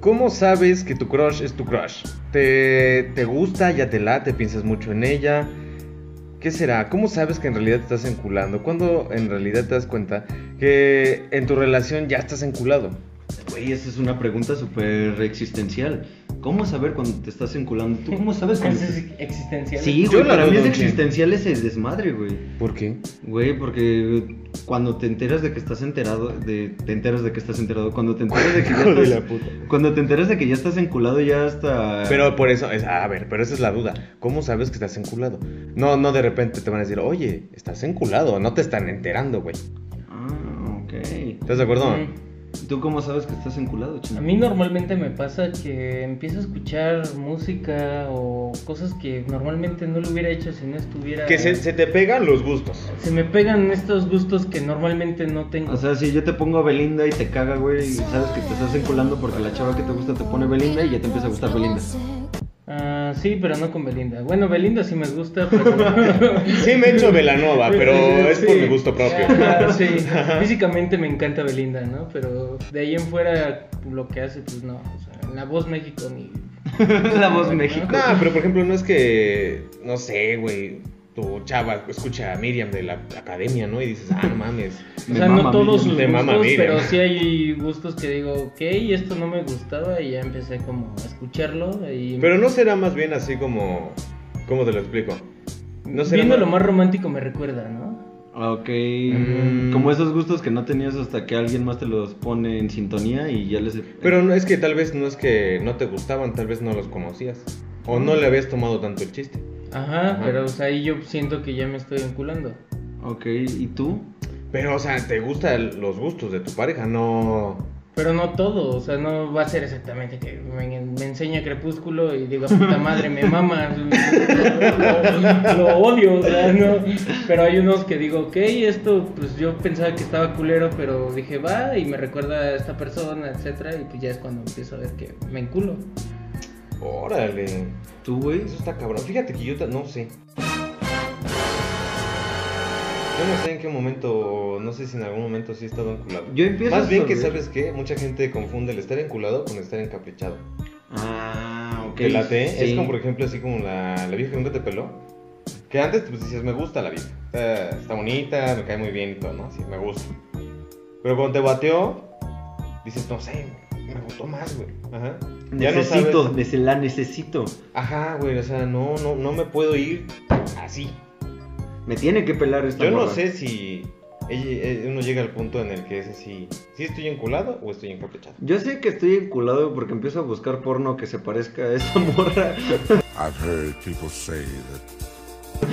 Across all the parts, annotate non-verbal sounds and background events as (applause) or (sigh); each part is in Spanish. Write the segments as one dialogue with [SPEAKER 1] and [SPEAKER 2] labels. [SPEAKER 1] ¿Cómo sabes que tu crush es tu crush? ¿Te, te gusta? ¿Ya te late? ¿Piensas mucho en ella? ¿Qué será? ¿Cómo sabes que en realidad te estás enculando? ¿Cuándo en realidad te das cuenta que en tu relación ya estás enculado?
[SPEAKER 2] Güey, esa es una pregunta súper existencial. ¿Cómo saber cuando te estás enculando? ¿Tú
[SPEAKER 1] (laughs)
[SPEAKER 2] cómo sabes cuando
[SPEAKER 3] ¿Es
[SPEAKER 2] te-
[SPEAKER 3] existencial?
[SPEAKER 2] Sí,
[SPEAKER 1] Yo
[SPEAKER 2] güey,
[SPEAKER 1] la
[SPEAKER 2] para mí es
[SPEAKER 1] verdad no sé.
[SPEAKER 2] existencial ese desmadre, güey.
[SPEAKER 1] ¿Por qué?
[SPEAKER 2] Güey, porque cuando te enteras de que estás enterado, de, te enteras de que estás enterado, cuando te enteras de que
[SPEAKER 1] (laughs)
[SPEAKER 2] ya
[SPEAKER 1] Hijo de
[SPEAKER 2] estás,
[SPEAKER 1] la puta.
[SPEAKER 2] cuando te enteras de que ya estás enculado ya hasta...
[SPEAKER 1] Pero por eso, es- a ver, pero esa es la duda. ¿Cómo sabes que estás enculado? No, no de repente te van a decir, oye, estás enculado, no te están enterando, güey.
[SPEAKER 2] Ah, ok.
[SPEAKER 1] ¿Estás de acuerdo?
[SPEAKER 3] Mm.
[SPEAKER 2] ¿Tú cómo sabes que estás enculado, chino?
[SPEAKER 3] A mí normalmente me pasa que empiezo a escuchar música o cosas que normalmente no lo hubiera hecho si no estuviera...
[SPEAKER 1] Que se, se te pegan los gustos.
[SPEAKER 3] Se me pegan estos gustos que normalmente no tengo.
[SPEAKER 2] O sea, si yo te pongo a Belinda y te caga, güey, y sabes que te estás enculando porque la chava que te gusta te pone Belinda y ya te empieza a gustar Belinda.
[SPEAKER 3] Ah, sí, pero no con Belinda. Bueno, Belinda sí me gusta, (laughs) pero...
[SPEAKER 1] Sí me echo Velanova, pero es por
[SPEAKER 3] Sí.
[SPEAKER 1] mi gusto propio.
[SPEAKER 3] Ah, sí, físicamente me encanta Belinda, ¿no? Pero de ahí en fuera lo que hace, pues no. O sea, la voz México
[SPEAKER 1] (laughs)
[SPEAKER 3] ni...
[SPEAKER 2] la voz México.
[SPEAKER 1] No, pero por ejemplo, no es que, no sé, güey, tu chava escucha a Miriam de la academia, ¿no? Y dices, ah, no mames.
[SPEAKER 3] O
[SPEAKER 2] Me
[SPEAKER 3] sea,
[SPEAKER 2] mama
[SPEAKER 3] no
[SPEAKER 2] Miriam.
[SPEAKER 3] todos sus
[SPEAKER 1] Te
[SPEAKER 3] gustos,
[SPEAKER 1] mama Miriam.
[SPEAKER 3] pero sí hay gustos que digo, ok, esto no me gustaba y ya empecé como a escucharlo y
[SPEAKER 1] Pero no será más bien así como, ¿cómo te lo explico? No será
[SPEAKER 3] viendo lo
[SPEAKER 1] más-
[SPEAKER 3] más romántico me recuerda, ¿no?
[SPEAKER 2] Ok.
[SPEAKER 1] Mm.
[SPEAKER 2] Como esos gustos que no tenías hasta que alguien más te los pone en sintonía y ya les... e-
[SPEAKER 1] Pero no, es que tal vez no es que no te gustaban, tal vez no los conocías. O no le habías tomado tanto el chiste.
[SPEAKER 3] Ajá,
[SPEAKER 1] Ajá.
[SPEAKER 3] pero o sea, ahí yo siento que ya me estoy vinculando.
[SPEAKER 2] Ok, ¿y tú?
[SPEAKER 1] Pero, o sea, te gustan los gustos de tu pareja, no...
[SPEAKER 3] Pero no todo, o sea, no va a ser exactamente que me, me enseña Crepúsculo y digo, puta madre, me mama, (laughs) lo, lo odio, o sea, no. Pero hay unos que digo, ok, esto, pues yo pensaba que estaba culero, pero dije, va, y me recuerda a esta persona, etcétera, y pues ya es cuando empiezo a ver que me enculo.
[SPEAKER 1] Órale.
[SPEAKER 2] ¿Tú, güey?
[SPEAKER 1] Eso está cabrón. Fíjate que yo ta- no sé. Yo no sé en qué momento, no sé si en algún momento sí he estado enculado.
[SPEAKER 2] Yo empiezo
[SPEAKER 1] Más
[SPEAKER 2] a
[SPEAKER 1] bien que
[SPEAKER 2] saber.
[SPEAKER 1] sabes que mucha gente confunde el estar enculado con estar encaprichado.
[SPEAKER 2] Ah, ok.
[SPEAKER 1] Que la T es
[SPEAKER 2] Sí.
[SPEAKER 1] como por ejemplo así como la, la vieja que nunca te peló. Que antes pues decías me gusta la vieja. Está, está bonita, me cae muy bien y todo, ¿no? Sí, me gusta. Pero cuando te bateó, dices, no sé, me gustó más, güey. Ajá. Ya no sabes.
[SPEAKER 2] Necesito, nece- la necesito.
[SPEAKER 1] Ajá, güey, o sea, no, no, no me puedo ir así.
[SPEAKER 2] Me tiene que pelar esta
[SPEAKER 1] Yo no
[SPEAKER 2] morra.
[SPEAKER 1] sé si ella- eh, uno llega al punto en el que es así, si estoy enculado o estoy encaprichado.
[SPEAKER 2] Yo sé que estoy enculado porque empiezo a buscar porno que se parezca a esta (laughs) morra.
[SPEAKER 4] I've heard people say that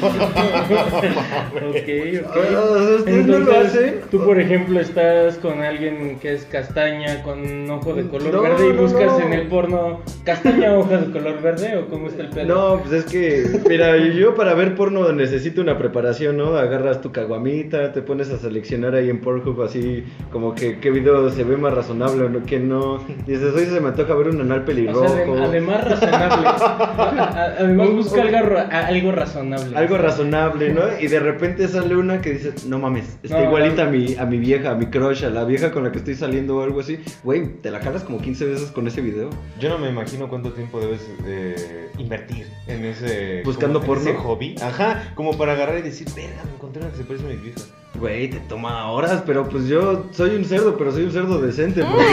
[SPEAKER 3] Ok, ok.
[SPEAKER 2] Ah, o sea, ¿ustedes no lo hacen?
[SPEAKER 3] tú, por ejemplo, estás con alguien que es castaña, con un ojo de color
[SPEAKER 2] No,
[SPEAKER 3] verde, y
[SPEAKER 2] no,
[SPEAKER 3] buscas
[SPEAKER 2] no.
[SPEAKER 3] en el porno castaña hojas de color verde, o cómo está el pedo.
[SPEAKER 2] No, pues es que, mira, yo para ver porno necesito una preparación, ¿no? Agarras tu caguamita, te pones a seleccionar ahí en Pornhub así como que qué video se ve más razonable o no, qué no. Dices, hoy se me antoja ver un anal pelirrojo.
[SPEAKER 3] O sea, adem- además razonable. A- a- además busca algo, ra- a- algo razonable.
[SPEAKER 2] Algo razonable, ¿no? Y de repente sale una que dice, no mames, está
[SPEAKER 3] No,
[SPEAKER 2] igualita
[SPEAKER 3] no.
[SPEAKER 2] A, mi, a mi vieja, a mi crush, a la vieja con la que estoy saliendo o algo así. Güey, te la jalas como 15 veces con ese video.
[SPEAKER 1] Yo no me imagino cuánto tiempo debes eh, invertir en ese,
[SPEAKER 2] Buscando
[SPEAKER 1] como en
[SPEAKER 2] porno.
[SPEAKER 1] ese hobby. Ajá, como para agarrar y decir, verga, me encontré una que se parece a mi vieja.
[SPEAKER 2] Güey, te toma horas, pero pues yo soy un cerdo, pero soy un cerdo decente. porque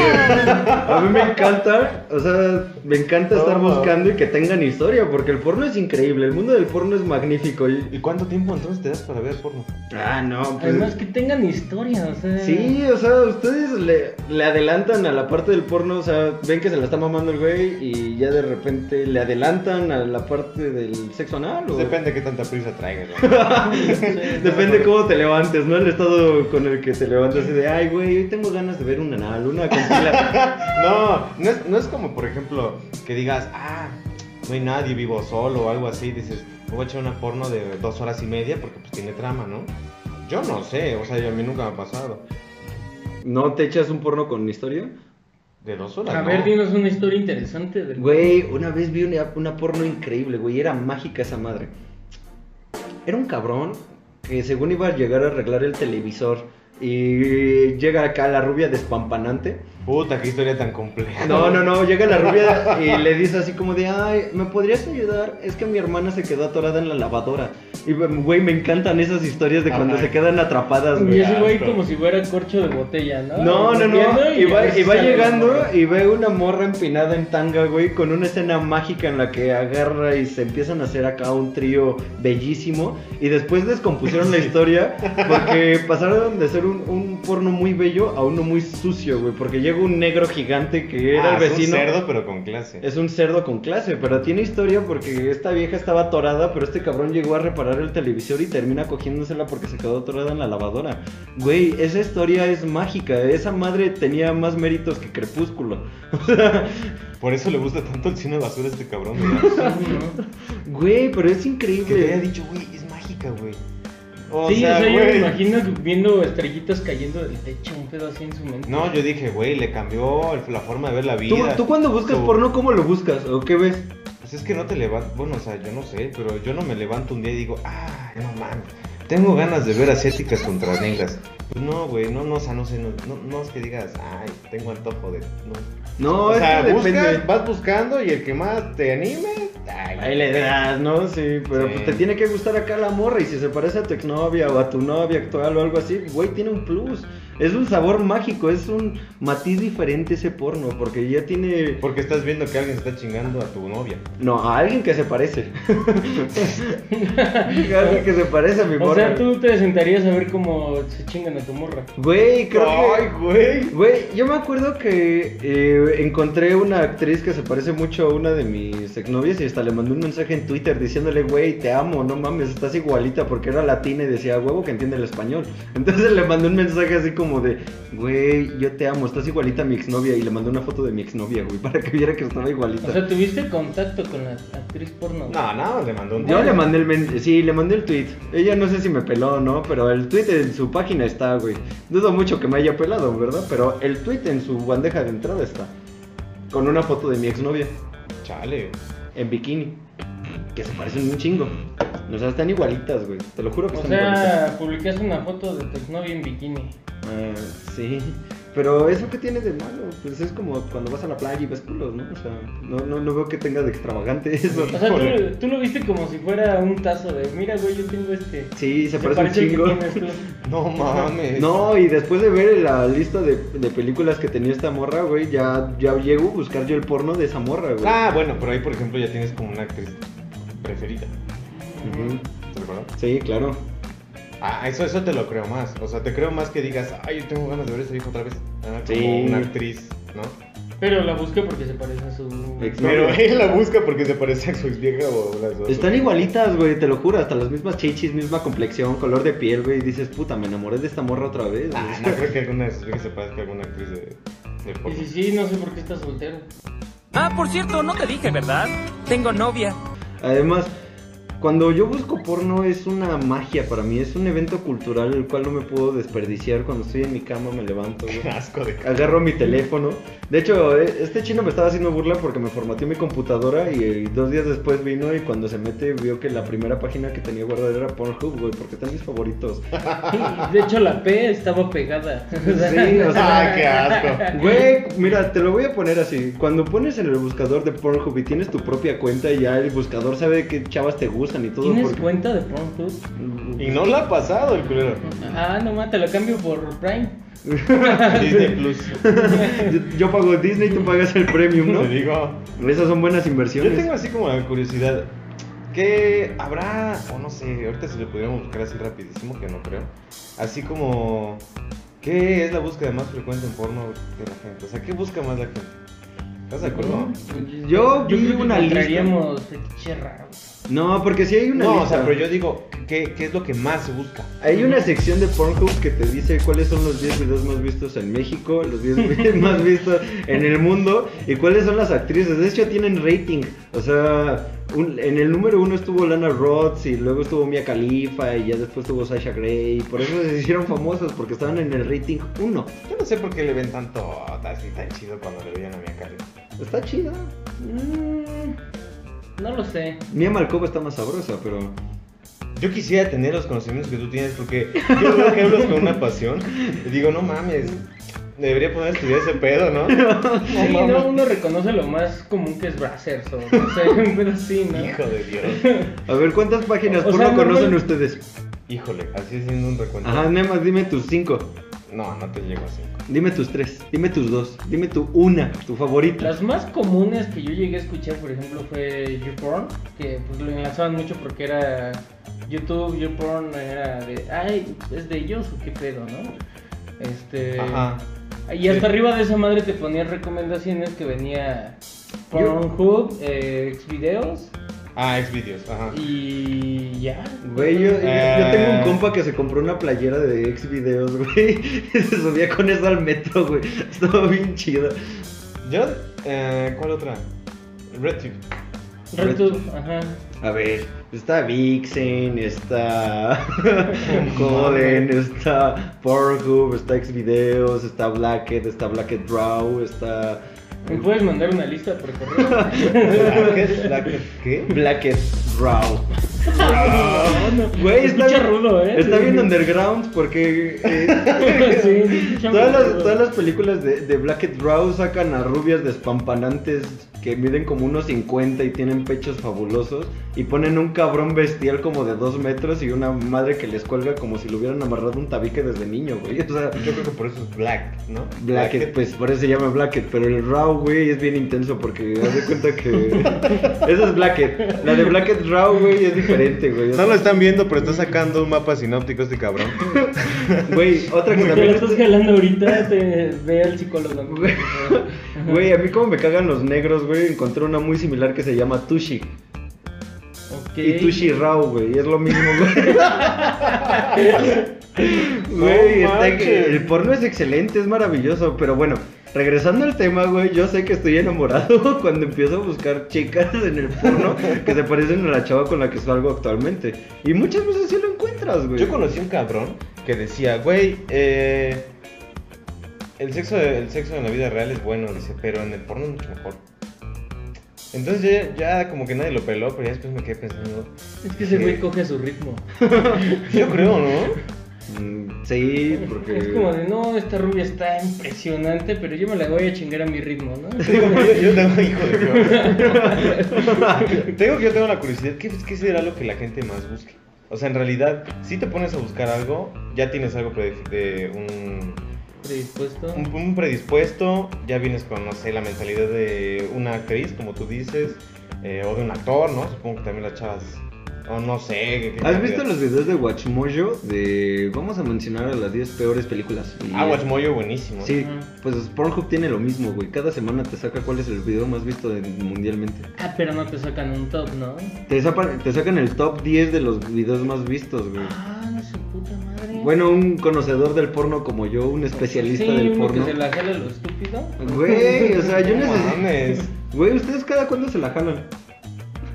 [SPEAKER 2] a mí me encanta, o sea, me encanta estar
[SPEAKER 1] No.
[SPEAKER 2] buscando y que tengan historia, porque el porno es increíble, el mundo del porno es magnífico. y-
[SPEAKER 1] ¿Y cuánto tiempo entonces te das para ver porno?
[SPEAKER 2] Ah, no, pues...
[SPEAKER 3] Además que tengan historia, o sea.
[SPEAKER 2] Sí, o sea, ustedes le, le adelantan a la parte del porno, o sea, ven que se la está mamando el güey y ya de repente le adelantan a la parte del sexo anal. o-
[SPEAKER 1] Depende de qué tanta prisa traigas.
[SPEAKER 2] (laughs)
[SPEAKER 1] ¿no? (laughs)
[SPEAKER 2] Pues, Depende cómo te levantes, ¿no? El estado con el que te levantas y de, ay, güey, hoy tengo ganas de ver un anal,
[SPEAKER 1] (laughs)
[SPEAKER 2] una compila.
[SPEAKER 1] No, no es, no es como, por ejemplo, que digas, ah, no hay nadie, vivo solo o algo así. Dices, me voy a echar una porno de dos horas y media porque pues tiene trama, ¿no? Yo no sé, o sea, yo- a mí nunca me ha pasado.
[SPEAKER 2] ¿No te echas un porno con historia?
[SPEAKER 1] De dos horas.
[SPEAKER 3] A
[SPEAKER 1] no.
[SPEAKER 3] ver, dinos una historia interesante del
[SPEAKER 2] Güey, una vez vi una, una porno increíble, güey, era mágica esa madre. Era un cabrón que según iba a llegar a arreglar el televisor Y llega acá la rubia despampanante.
[SPEAKER 1] Puta, qué historia tan compleja.
[SPEAKER 2] No, no, no, llega la rubia y le dice así como de, ay, ¿me podrías ayudar? Es que mi hermana se quedó atorada en la lavadora. Y, güey, me encantan esas historias de cuando
[SPEAKER 1] Ajá.
[SPEAKER 2] se quedan atrapadas,
[SPEAKER 3] Y
[SPEAKER 2] güey.
[SPEAKER 3] ese güey
[SPEAKER 1] asco.
[SPEAKER 3] como si fuera corcho de botella, ¿no?
[SPEAKER 2] No, no, no.
[SPEAKER 3] Metiendo
[SPEAKER 2] Y va, y va
[SPEAKER 3] sale
[SPEAKER 2] llegando
[SPEAKER 3] la morra.
[SPEAKER 2] y ve una morra empinada en tanga, güey, con una escena mágica en la que agarra y se empiezan a hacer acá un trío bellísimo. Y después descompusieron la historia porque pasaron de ser un, un porno muy bello a uno muy sucio, güey. Porque llega un negro gigante que era
[SPEAKER 1] Ah,
[SPEAKER 2] el
[SPEAKER 1] es un
[SPEAKER 2] vecino.
[SPEAKER 1] cerdo, pero con clase.
[SPEAKER 2] Es un cerdo con clase, pero tiene historia porque esta vieja estaba atorada, pero este cabrón llegó a reparar el televisor y termina cogiéndosela porque se quedó atorada en la lavadora. Güey, esa historia es mágica. Esa madre tenía más méritos que Crepúsculo. (laughs)
[SPEAKER 1] Por eso le gusta tanto el cine basura a este cabrón,
[SPEAKER 3] (laughs)
[SPEAKER 1] güey.
[SPEAKER 2] (laughs) Güey, pero es
[SPEAKER 1] Que te haya
[SPEAKER 2] increíble.
[SPEAKER 1] dicho, güey, es mágica, güey. O
[SPEAKER 3] Sí, o sea, yo me
[SPEAKER 1] güey.
[SPEAKER 3] imagino viendo estrellitas cayendo del techo, un pedo así en su mente.
[SPEAKER 1] No, yo dije, güey, le cambió el- la forma de ver la
[SPEAKER 2] ¿Tú,
[SPEAKER 1] vida.
[SPEAKER 2] tú cuando buscas
[SPEAKER 1] Su-
[SPEAKER 2] porno, ¿cómo lo buscas? ¿O qué ves?
[SPEAKER 1] Pues es que no te levantas. Bueno, o sea, yo no sé, pero yo no me levanto un día y digo, ah, no mames, tengo ganas de ver asiáticas contra negras. Pues no, güey, no, no, o sea, no sé, no, no, no es que digas, ay, tengo antojo de. No.
[SPEAKER 2] No,
[SPEAKER 1] o
[SPEAKER 2] es
[SPEAKER 1] sea,
[SPEAKER 2] que
[SPEAKER 1] buscas,
[SPEAKER 2] depende.
[SPEAKER 1] vas buscando y el que más te anime, ay,
[SPEAKER 2] Ahí le das, ¿no? Sí, pero
[SPEAKER 1] Sí.
[SPEAKER 2] pues te tiene que gustar acá la morra y si se parece a tu exnovia o a tu novia actual o algo así, güey, tiene un plus. Es un sabor mágico, es un matiz diferente ese porno, porque ya tiene...
[SPEAKER 1] Porque estás viendo que alguien está chingando a tu novia.
[SPEAKER 2] No, a alguien que se parece. (laughs) a alguien que se parece a mi
[SPEAKER 3] O
[SPEAKER 2] morra.
[SPEAKER 3] sea, tú te sentarías a ver cómo se chingan a tu morra.
[SPEAKER 2] Güey, creo que...
[SPEAKER 1] Ay, güey.
[SPEAKER 2] Güey, yo me acuerdo que eh, encontré una actriz que se parece mucho a una de mis exnovias y hasta le mandé un mensaje en Twitter diciéndole, güey, te amo, no mames, estás igualita porque era latina y decía, huevo que entiende el español. (laughs) Entonces le mandé un mensaje así como de, güey, yo te amo, estás igualita a mi exnovia y le mandé una foto de mi exnovia, güey, para que viera que estaba igualita.
[SPEAKER 3] O sea, tuviste contacto con la actriz porno.
[SPEAKER 1] No, no, le mandó un
[SPEAKER 2] yo le mandé el men- sí, le mandé el tweet. Ella no sé si me peló o no, pero el tweet en su página está, güey. Dudo mucho que me haya pelado, ¿verdad? Pero el tweet en su bandeja de entrada está. Con una foto de mi exnovia
[SPEAKER 1] Chale.
[SPEAKER 2] en bikini. Que se parecen un chingo. O sea, están igualitas, güey. Te lo juro que
[SPEAKER 3] O
[SPEAKER 2] están igualitas.
[SPEAKER 3] sea, publicaste una foto de tu novia en bikini.
[SPEAKER 2] Ah, sí. Pero eso que tiene de malo, pues es como cuando vas a la playa y ves culos, ¿no? O sea, no, no, no veo que tenga de extravagante eso.
[SPEAKER 3] O sea,
[SPEAKER 1] Híjole.
[SPEAKER 3] tú, tú lo viste como si fuera un tazo de, mira, güey, yo tengo este.
[SPEAKER 2] (laughs) Sí, se, parece,
[SPEAKER 3] al
[SPEAKER 2] un chingo.
[SPEAKER 3] que tienes tú.
[SPEAKER 1] No mames.
[SPEAKER 2] No, y después de ver la lista de, de películas que tenía esta morra, güey, ya, ya llego a buscar yo el porno de esa morra, güey.
[SPEAKER 1] Ah, bueno, pero ahí, por ejemplo, ya tienes como una actriz preferida.
[SPEAKER 2] Ujú.
[SPEAKER 1] ¿Te acuerdas?
[SPEAKER 2] Sí, claro.
[SPEAKER 1] Ah, eso, eso te lo creo más. O sea, te creo más que digas, ay, yo tengo ganas de ver ese hijo otra vez. Ah, como
[SPEAKER 2] Sí.
[SPEAKER 1] una actriz, ¿no?
[SPEAKER 3] Pero la busqué porque se parece a su...
[SPEAKER 2] Ex- No,
[SPEAKER 1] Pero (laughs)
[SPEAKER 2] güey.
[SPEAKER 1] él la busca porque se parece a su vieja o a las dos.
[SPEAKER 2] Están igualitas, güey, te lo juro, hasta las mismas chichis, misma complexión, color de piel, güey, y dices, puta, me enamoré de esta morra otra vez. güey".
[SPEAKER 1] Ah, no creo que alguna de sus viejas se parezca a alguna actriz de, de
[SPEAKER 3] Y
[SPEAKER 1] porno.
[SPEAKER 3] si sí, no sé por qué
[SPEAKER 2] (laughs)
[SPEAKER 3] estás soltero.
[SPEAKER 5] Ah, por cierto, no te dije, ¿verdad? Tengo novia.
[SPEAKER 2] Además, cuando yo busco porno es una magia para mí, es un evento cultural el cual no me puedo desperdiciar. Cuando estoy en mi cama me levanto, güey.
[SPEAKER 1] Qué (laughs) asco de c-
[SPEAKER 2] Agarro mi teléfono. De hecho, eh, este chino me estaba haciendo burla porque me formateó mi computadora y eh, dos días después vino y cuando se mete vio que la primera página que tenía guardada era Pornhub, güey, porque están mis favoritos.
[SPEAKER 3] De hecho, la P estaba pegada.
[SPEAKER 2] Sí, o
[SPEAKER 1] Ah,
[SPEAKER 3] (laughs)
[SPEAKER 1] qué asco.
[SPEAKER 2] Güey, mira, te lo voy a poner así. Cuando pones en el buscador de Pornhub y tienes tu propia cuenta, ya el buscador sabe qué chavas te gustan y todo.
[SPEAKER 3] ¿Tienes
[SPEAKER 2] porque-
[SPEAKER 3] cuenta de Pornhub?
[SPEAKER 1] Y no la ha pasado el culero.
[SPEAKER 3] (laughs) Ah, no mames, te lo cambio por Prime.
[SPEAKER 1] Disney Plus.
[SPEAKER 2] yo, (laughs) yo pago Disney, tú pagas el premium,
[SPEAKER 1] Te
[SPEAKER 2] (laughs) ¿no?
[SPEAKER 1] digo.
[SPEAKER 2] Esas son buenas
[SPEAKER 1] Yo
[SPEAKER 2] inversiones.
[SPEAKER 1] tengo así como la curiosidad. ¿Qué habrá? O no sé, ahorita si lo pudiéramos buscar así rapidísimo, que no creo. Así como. ¿Qué es la búsqueda más frecuente en porno de la gente? O sea, ¿qué busca más la gente? ¿Estás de acuerdo?
[SPEAKER 2] Yo vi
[SPEAKER 3] creo que
[SPEAKER 2] una lista.
[SPEAKER 3] encontraríamos fetiches raros.
[SPEAKER 2] No, porque si hay una
[SPEAKER 1] No,
[SPEAKER 2] lista.
[SPEAKER 1] o sea, pero yo digo, ¿qué, qué es lo que más se busca?
[SPEAKER 2] Hay una sección de Pornhub que te dice cuáles son los 10 videos más vistos en México, los
[SPEAKER 3] (laughs)
[SPEAKER 2] 10 videos más vistos en el mundo y cuáles son las actrices. De hecho, tienen rating. O sea, un- en el número uno estuvo Lana Rhodes y luego estuvo Mia Khalifa y ya después estuvo Sasha Grey. Por eso se hicieron famosos, porque estaban en el rating 1.
[SPEAKER 1] Yo no sé por qué le ven tanto así tan chido cuando le veían a mi cara.
[SPEAKER 2] Está chida.
[SPEAKER 3] Mm, no lo sé.
[SPEAKER 2] Mia Malkova está más sabrosa, pero...
[SPEAKER 1] Yo quisiera tener los conocimientos que tú tienes porque yo veo que hablas con una pasión. Y digo, no mames, debería poder estudiar ese pedo, ¿no?
[SPEAKER 3] (laughs) Sí, no, uno reconoce lo más común que es Brazzers o no sé, (laughs) pero sí, ¿no?
[SPEAKER 1] Hijo de Dios.
[SPEAKER 2] A ver, ¿cuántas páginas
[SPEAKER 3] O
[SPEAKER 2] porno
[SPEAKER 3] sea, no,
[SPEAKER 2] conocen
[SPEAKER 3] no-
[SPEAKER 2] ustedes?
[SPEAKER 1] Híjole, así haciendo un recuento.
[SPEAKER 2] Ajá, nada más dime tus cinco.
[SPEAKER 1] No, no te llego así.
[SPEAKER 2] Dime tus tres. Dime tus dos. Dime tu una, tu favorita.
[SPEAKER 3] Las más comunes que yo llegué a escuchar, por ejemplo, fue YouPorn, que pues lo enlazaban mucho porque era YouTube, YouPorn era de, ay, es de ellos o qué pedo, ¿no? Este,
[SPEAKER 1] Ajá.
[SPEAKER 3] y hasta
[SPEAKER 1] sí.
[SPEAKER 3] arriba de esa madre te ponían recomendaciones que venía Pornhub, eh, Xvideos
[SPEAKER 1] Ah, Xvideos, ajá.
[SPEAKER 3] y ya.
[SPEAKER 2] Güey, yo, yo- yo tengo un
[SPEAKER 1] Eh.
[SPEAKER 2] compa que se compró una playera de ex videos, (laughs) güey. y Se subía con eso al metro, güey. Estaba bien chido.
[SPEAKER 1] Yo, eh, ¿cuál otra? RedTube.
[SPEAKER 3] RedTube, ajá.
[SPEAKER 2] A ver, está Vixen, está
[SPEAKER 1] (laughs)
[SPEAKER 2] Golden, está Pornhub, está Xvideos, está Blackhead, está Blackhead Draw, está
[SPEAKER 3] ¿Me puedes mandar una lista por correo?
[SPEAKER 2] (laughs)
[SPEAKER 1] Blackhead, Blackhead, ¿Qué?
[SPEAKER 2] Blackhead Draw. Güey, está
[SPEAKER 3] Pinche
[SPEAKER 2] bien,
[SPEAKER 3] rudo, ¿eh?
[SPEAKER 2] está
[SPEAKER 3] Sí.
[SPEAKER 2] bien underground porque eh,
[SPEAKER 3] (laughs) sí,
[SPEAKER 2] todas, las, todas las películas de, de Blackhead Draw sacan a rubias despampanantes que miden como unos 50 y tienen pechos fabulosos y ponen un cabrón bestial como de 2 metros y una madre que les cuelga como si le hubieran amarrado un tabique desde niño, güey. (laughs) O sea,
[SPEAKER 1] Yo creo que por eso es Black, ¿no?
[SPEAKER 2] Blackhead, pues por eso se llama Blackhead, pero el Raw, güey, es bien intenso porque haz de cuenta que. (laughs) Esa es Blackhead. La de Blackhead Raw, güey, es diferente, güey.
[SPEAKER 1] No lo están viendo, pero está sacando un mapa sinóptico este cabrón.
[SPEAKER 2] Güey, otra que
[SPEAKER 3] Te lo
[SPEAKER 2] también.
[SPEAKER 3] estás jalando ahorita, te ve al psicólogo.
[SPEAKER 2] Güey, Güey, a mí como me cagan los negros, güey, encontré una muy similar que se llama Tushi.
[SPEAKER 3] Ok.
[SPEAKER 2] Y Tushi Raw, güey, es lo mismo,
[SPEAKER 3] (laughs)
[SPEAKER 2] güey. Güey,
[SPEAKER 1] No
[SPEAKER 2] está que-
[SPEAKER 1] manches.
[SPEAKER 2] el porno es excelente, es maravilloso, pero bueno, regresando al tema, güey, yo sé que estoy enamorado (laughs) cuando empiezo a buscar chicas en el porno que se parecen a la chava con la que salgo actualmente. Y muchas veces sí lo encuentras, güey.
[SPEAKER 1] Yo conocí un cabrón que decía, güey, eh, el, sexo, el sexo en la vida real es bueno, dice, pero en el porno es mucho mejor. Entonces yo ya, ya como que nadie lo peló, pero ya después me quedé pensando,
[SPEAKER 3] Es que ese güey coge a su ritmo.
[SPEAKER 1] yo creo, ¿no?
[SPEAKER 2] Mm, sí, porque...
[SPEAKER 3] Es como de, no, esta rubia está impresionante, pero yo me la voy a chingar a mi ritmo, ¿no?
[SPEAKER 1] Digo, yo, yo tengo hijo de Dios. tengo que yo tengo la curiosidad, ¿qué, ¿qué será lo que la gente más busque? O sea, en realidad, si te pones a buscar algo, ya tienes algo predefi- de un,
[SPEAKER 3] Predispuesto.
[SPEAKER 1] un, un predispuesto, ya vienes con, no sé, la mentalidad de una actriz, como tú dices, eh, o de un actor, ¿no? Supongo que también las chavas, o no sé. que- que-
[SPEAKER 2] ¿Has visto los videos de Watchmojo de... Vamos a mencionar a las 10 peores películas? Y-
[SPEAKER 1] Ah, Watchmojo, buenísimo.
[SPEAKER 2] Sí,
[SPEAKER 3] Ajá.
[SPEAKER 2] pues Pornhub tiene lo mismo, güey. Cada semana te saca cuál es el video más visto de- mundialmente.
[SPEAKER 3] Ah, pero no te sacan un top, ¿no?
[SPEAKER 2] Te, sapan- te sacan el top 10 de los videos más vistos, güey.
[SPEAKER 3] Ah, no su puta madre.
[SPEAKER 2] Bueno, un conocedor del porno como yo, un especialista
[SPEAKER 3] Sí,
[SPEAKER 2] del
[SPEAKER 3] uno que
[SPEAKER 2] porno.
[SPEAKER 3] se la jala lo estúpido.
[SPEAKER 2] Güey, o sea, yo
[SPEAKER 1] No
[SPEAKER 2] necesito...
[SPEAKER 1] mames.
[SPEAKER 2] Güey, ¿ustedes cada cuándo se la jalan?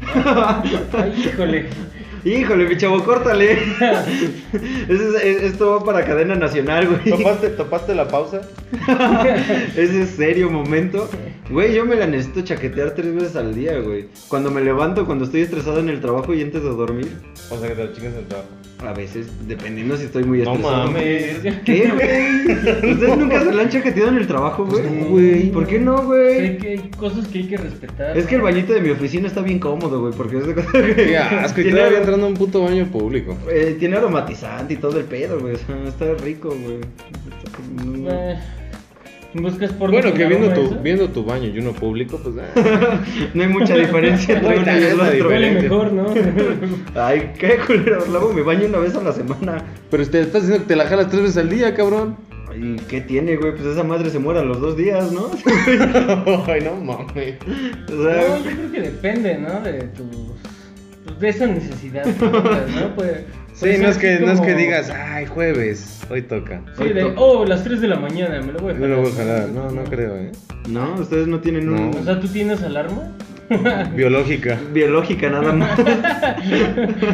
[SPEAKER 3] Ay, híjole.
[SPEAKER 2] (laughs) Híjole, mi chavo,
[SPEAKER 3] (laughs)
[SPEAKER 2] córtale. Ese es- es- esto va para cadena nacional, güey.
[SPEAKER 1] ¿Topaste, ¿Topaste la pausa?
[SPEAKER 2] Ese es serio momento. Güey, yo me la necesito chaquetear tres veces al día, güey. Cuando me levanto, cuando estoy estresado en el trabajo y antes de dormir.
[SPEAKER 1] O sea, que te lo chingas en trabajo.
[SPEAKER 2] A veces, dependiendo si estoy muy
[SPEAKER 1] No
[SPEAKER 2] estresado.
[SPEAKER 1] mames.
[SPEAKER 2] ¿Qué, güey? ¿Ustedes nunca se la han chaqueteado en el trabajo, güey?
[SPEAKER 1] Pues no,
[SPEAKER 2] güey. ¿Por qué no,
[SPEAKER 3] Hay
[SPEAKER 2] güey?
[SPEAKER 3] que- hay cosas que hay que respetar.
[SPEAKER 2] Es que el
[SPEAKER 3] ¿no?
[SPEAKER 2] bañito de mi oficina está bien cómodo, güey, porque es de cosa que...
[SPEAKER 6] Qué asco, y
[SPEAKER 2] tiene,
[SPEAKER 6] todavía entrando a un puto baño público.
[SPEAKER 2] eh, tiene aromatizante y todo el pedo, güey. o sea, está rico, güey.
[SPEAKER 3] Eh, Buscas por
[SPEAKER 6] Bueno, que viendo tu, viendo tu baño y uno público, pues. ah.
[SPEAKER 2] No hay mucha diferencia entre
[SPEAKER 6] Güey,
[SPEAKER 2] uno y
[SPEAKER 6] también
[SPEAKER 2] el
[SPEAKER 6] la
[SPEAKER 2] otro.
[SPEAKER 3] Huele
[SPEAKER 6] diferente. (laughs)
[SPEAKER 3] mejor, ¿no?
[SPEAKER 2] Ay, qué culero. Lavo mi baño una vez a la semana.
[SPEAKER 6] Pero te estás diciendo que te la jalas tres veces al día, cabrón.
[SPEAKER 2] Ay, ¿qué tiene, güey? Pues esa madre se muere a los dos días, ¿no? (laughs) o
[SPEAKER 1] Ay, no mames.
[SPEAKER 3] No, yo
[SPEAKER 2] sea,
[SPEAKER 3] creo que depende, ¿no? De tus. De esa necesidad. ¿no? Puede-
[SPEAKER 6] Sí,
[SPEAKER 3] puede
[SPEAKER 6] no
[SPEAKER 3] ser
[SPEAKER 6] es, que,
[SPEAKER 3] Pues así
[SPEAKER 6] no es que
[SPEAKER 3] como-
[SPEAKER 6] digas, ay, jueves, hoy toca.
[SPEAKER 3] Sí, de, oh, las 3 de la mañana, me lo voy a
[SPEAKER 6] No
[SPEAKER 3] jalar.
[SPEAKER 6] lo voy a jalar, no, no creo, ¿eh?
[SPEAKER 2] no, ustedes no tienen
[SPEAKER 6] No.
[SPEAKER 2] un...
[SPEAKER 3] O sea, ¿tú tienes alarma? (laughs)
[SPEAKER 6] Biológica.
[SPEAKER 2] biológica nada más.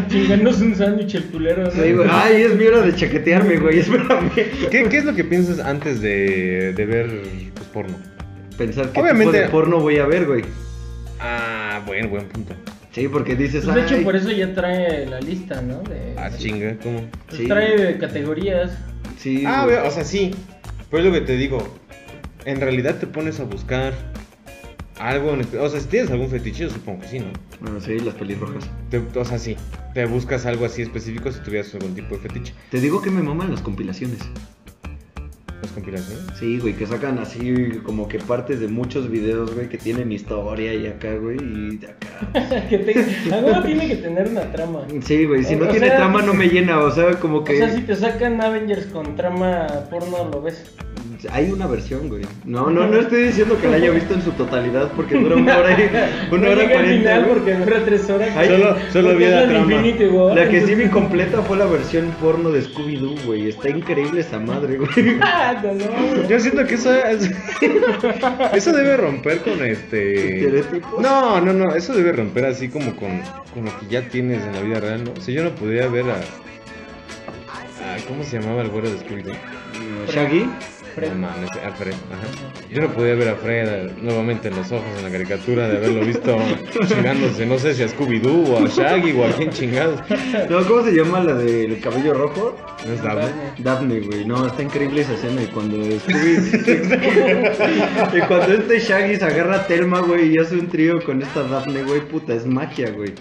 [SPEAKER 3] Chingándose un sándwich el culero, ¿no?
[SPEAKER 2] Sí, güey. Ay, es mi hora de chaquetearme, güey, espérame.
[SPEAKER 6] ¿Qué, qué es lo que piensas antes de, de ver pues, porno?
[SPEAKER 2] Pensar qué
[SPEAKER 6] Obviamente-
[SPEAKER 2] tipo de porno voy a ver, güey.
[SPEAKER 6] Ah, bueno, buen punto.
[SPEAKER 2] Sí, porque dices,
[SPEAKER 3] Pues de hecho,
[SPEAKER 2] "Ay,
[SPEAKER 3] por eso ya trae la lista, ¿no? De-
[SPEAKER 6] Ah, chinga, ¿cómo?
[SPEAKER 3] pues
[SPEAKER 2] sí,
[SPEAKER 3] Trae categorías. (laughs)
[SPEAKER 2] sí,
[SPEAKER 1] Ah,
[SPEAKER 2] güey".
[SPEAKER 1] veo, o sea, sí. Pero es lo que te digo. En realidad te pones a buscar algo. en espe- o sea, si tienes algún fetiche, yo supongo que sí, ¿no?
[SPEAKER 2] Bueno, sí, las pelirrojas.
[SPEAKER 1] Te- o sea, sí. Te buscas algo así específico si tuvieras algún tipo de fetiche.
[SPEAKER 2] Te digo que me maman las compilaciones.
[SPEAKER 1] Las compilaciones.
[SPEAKER 2] Sí, güey, que sacan así como que partes de muchos videos, güey, que tienen historia y acá, güey, y de acá.
[SPEAKER 3] que
[SPEAKER 6] (laughs)
[SPEAKER 3] te- Alguno tiene que tener una trama.
[SPEAKER 2] Sí, güey, si no
[SPEAKER 3] O
[SPEAKER 2] tiene
[SPEAKER 3] sea,
[SPEAKER 2] trama no me llena, o sea, como que
[SPEAKER 3] O sea, si te sacan Avengers con trama porno, lo ves.
[SPEAKER 2] hay una versión, güey. No, no, no estoy diciendo que la haya visto en su totalidad porque dura una hora
[SPEAKER 3] (laughs)
[SPEAKER 2] y una
[SPEAKER 3] No
[SPEAKER 2] hora
[SPEAKER 3] llega al
[SPEAKER 2] cuarenta.
[SPEAKER 3] final
[SPEAKER 2] güey.
[SPEAKER 3] porque dura tres horas.
[SPEAKER 2] Ay,
[SPEAKER 3] porque-
[SPEAKER 2] solo-
[SPEAKER 1] solo
[SPEAKER 3] porque
[SPEAKER 1] vi
[SPEAKER 3] es
[SPEAKER 1] la
[SPEAKER 3] de
[SPEAKER 1] trama.
[SPEAKER 3] Infinity War,
[SPEAKER 2] La que sí vi
[SPEAKER 3] entonces-
[SPEAKER 2] completa fue la versión porno de Scooby-Doo, güey. Está increíble esa madre,
[SPEAKER 3] (laughs)
[SPEAKER 2] güey.
[SPEAKER 3] (laughs) Ah, no, no.
[SPEAKER 6] Yo siento que eso es- eso debe romper con este.
[SPEAKER 2] Estereotipo.
[SPEAKER 6] No, no, no, eso debe romper así como con, con lo que ya tienes en la vida real, ¿no? O sea, yo no podría ver a. a- ¿Cómo se llamaba el güero de Scooby-Doo?
[SPEAKER 2] Shaggy.
[SPEAKER 3] Fred.
[SPEAKER 6] No mames, a Fred, ajá. Yo no podía ver a Fred eh, nuevamente en los ojos en la caricatura de haberlo visto chingándose, no sé si a Scooby-Doo o a Shaggy o a quién chingados.
[SPEAKER 2] No, ¿cómo se llama la del cabello rojo?
[SPEAKER 6] No es Daphne.
[SPEAKER 2] Daphne, güey, no, está increíble esa escena y cuando (laughs) Scooby- y cuando este Shaggy se agarra a Telma, güey, y hace un trío con esta Daphne, güey, puta, es magia, güey.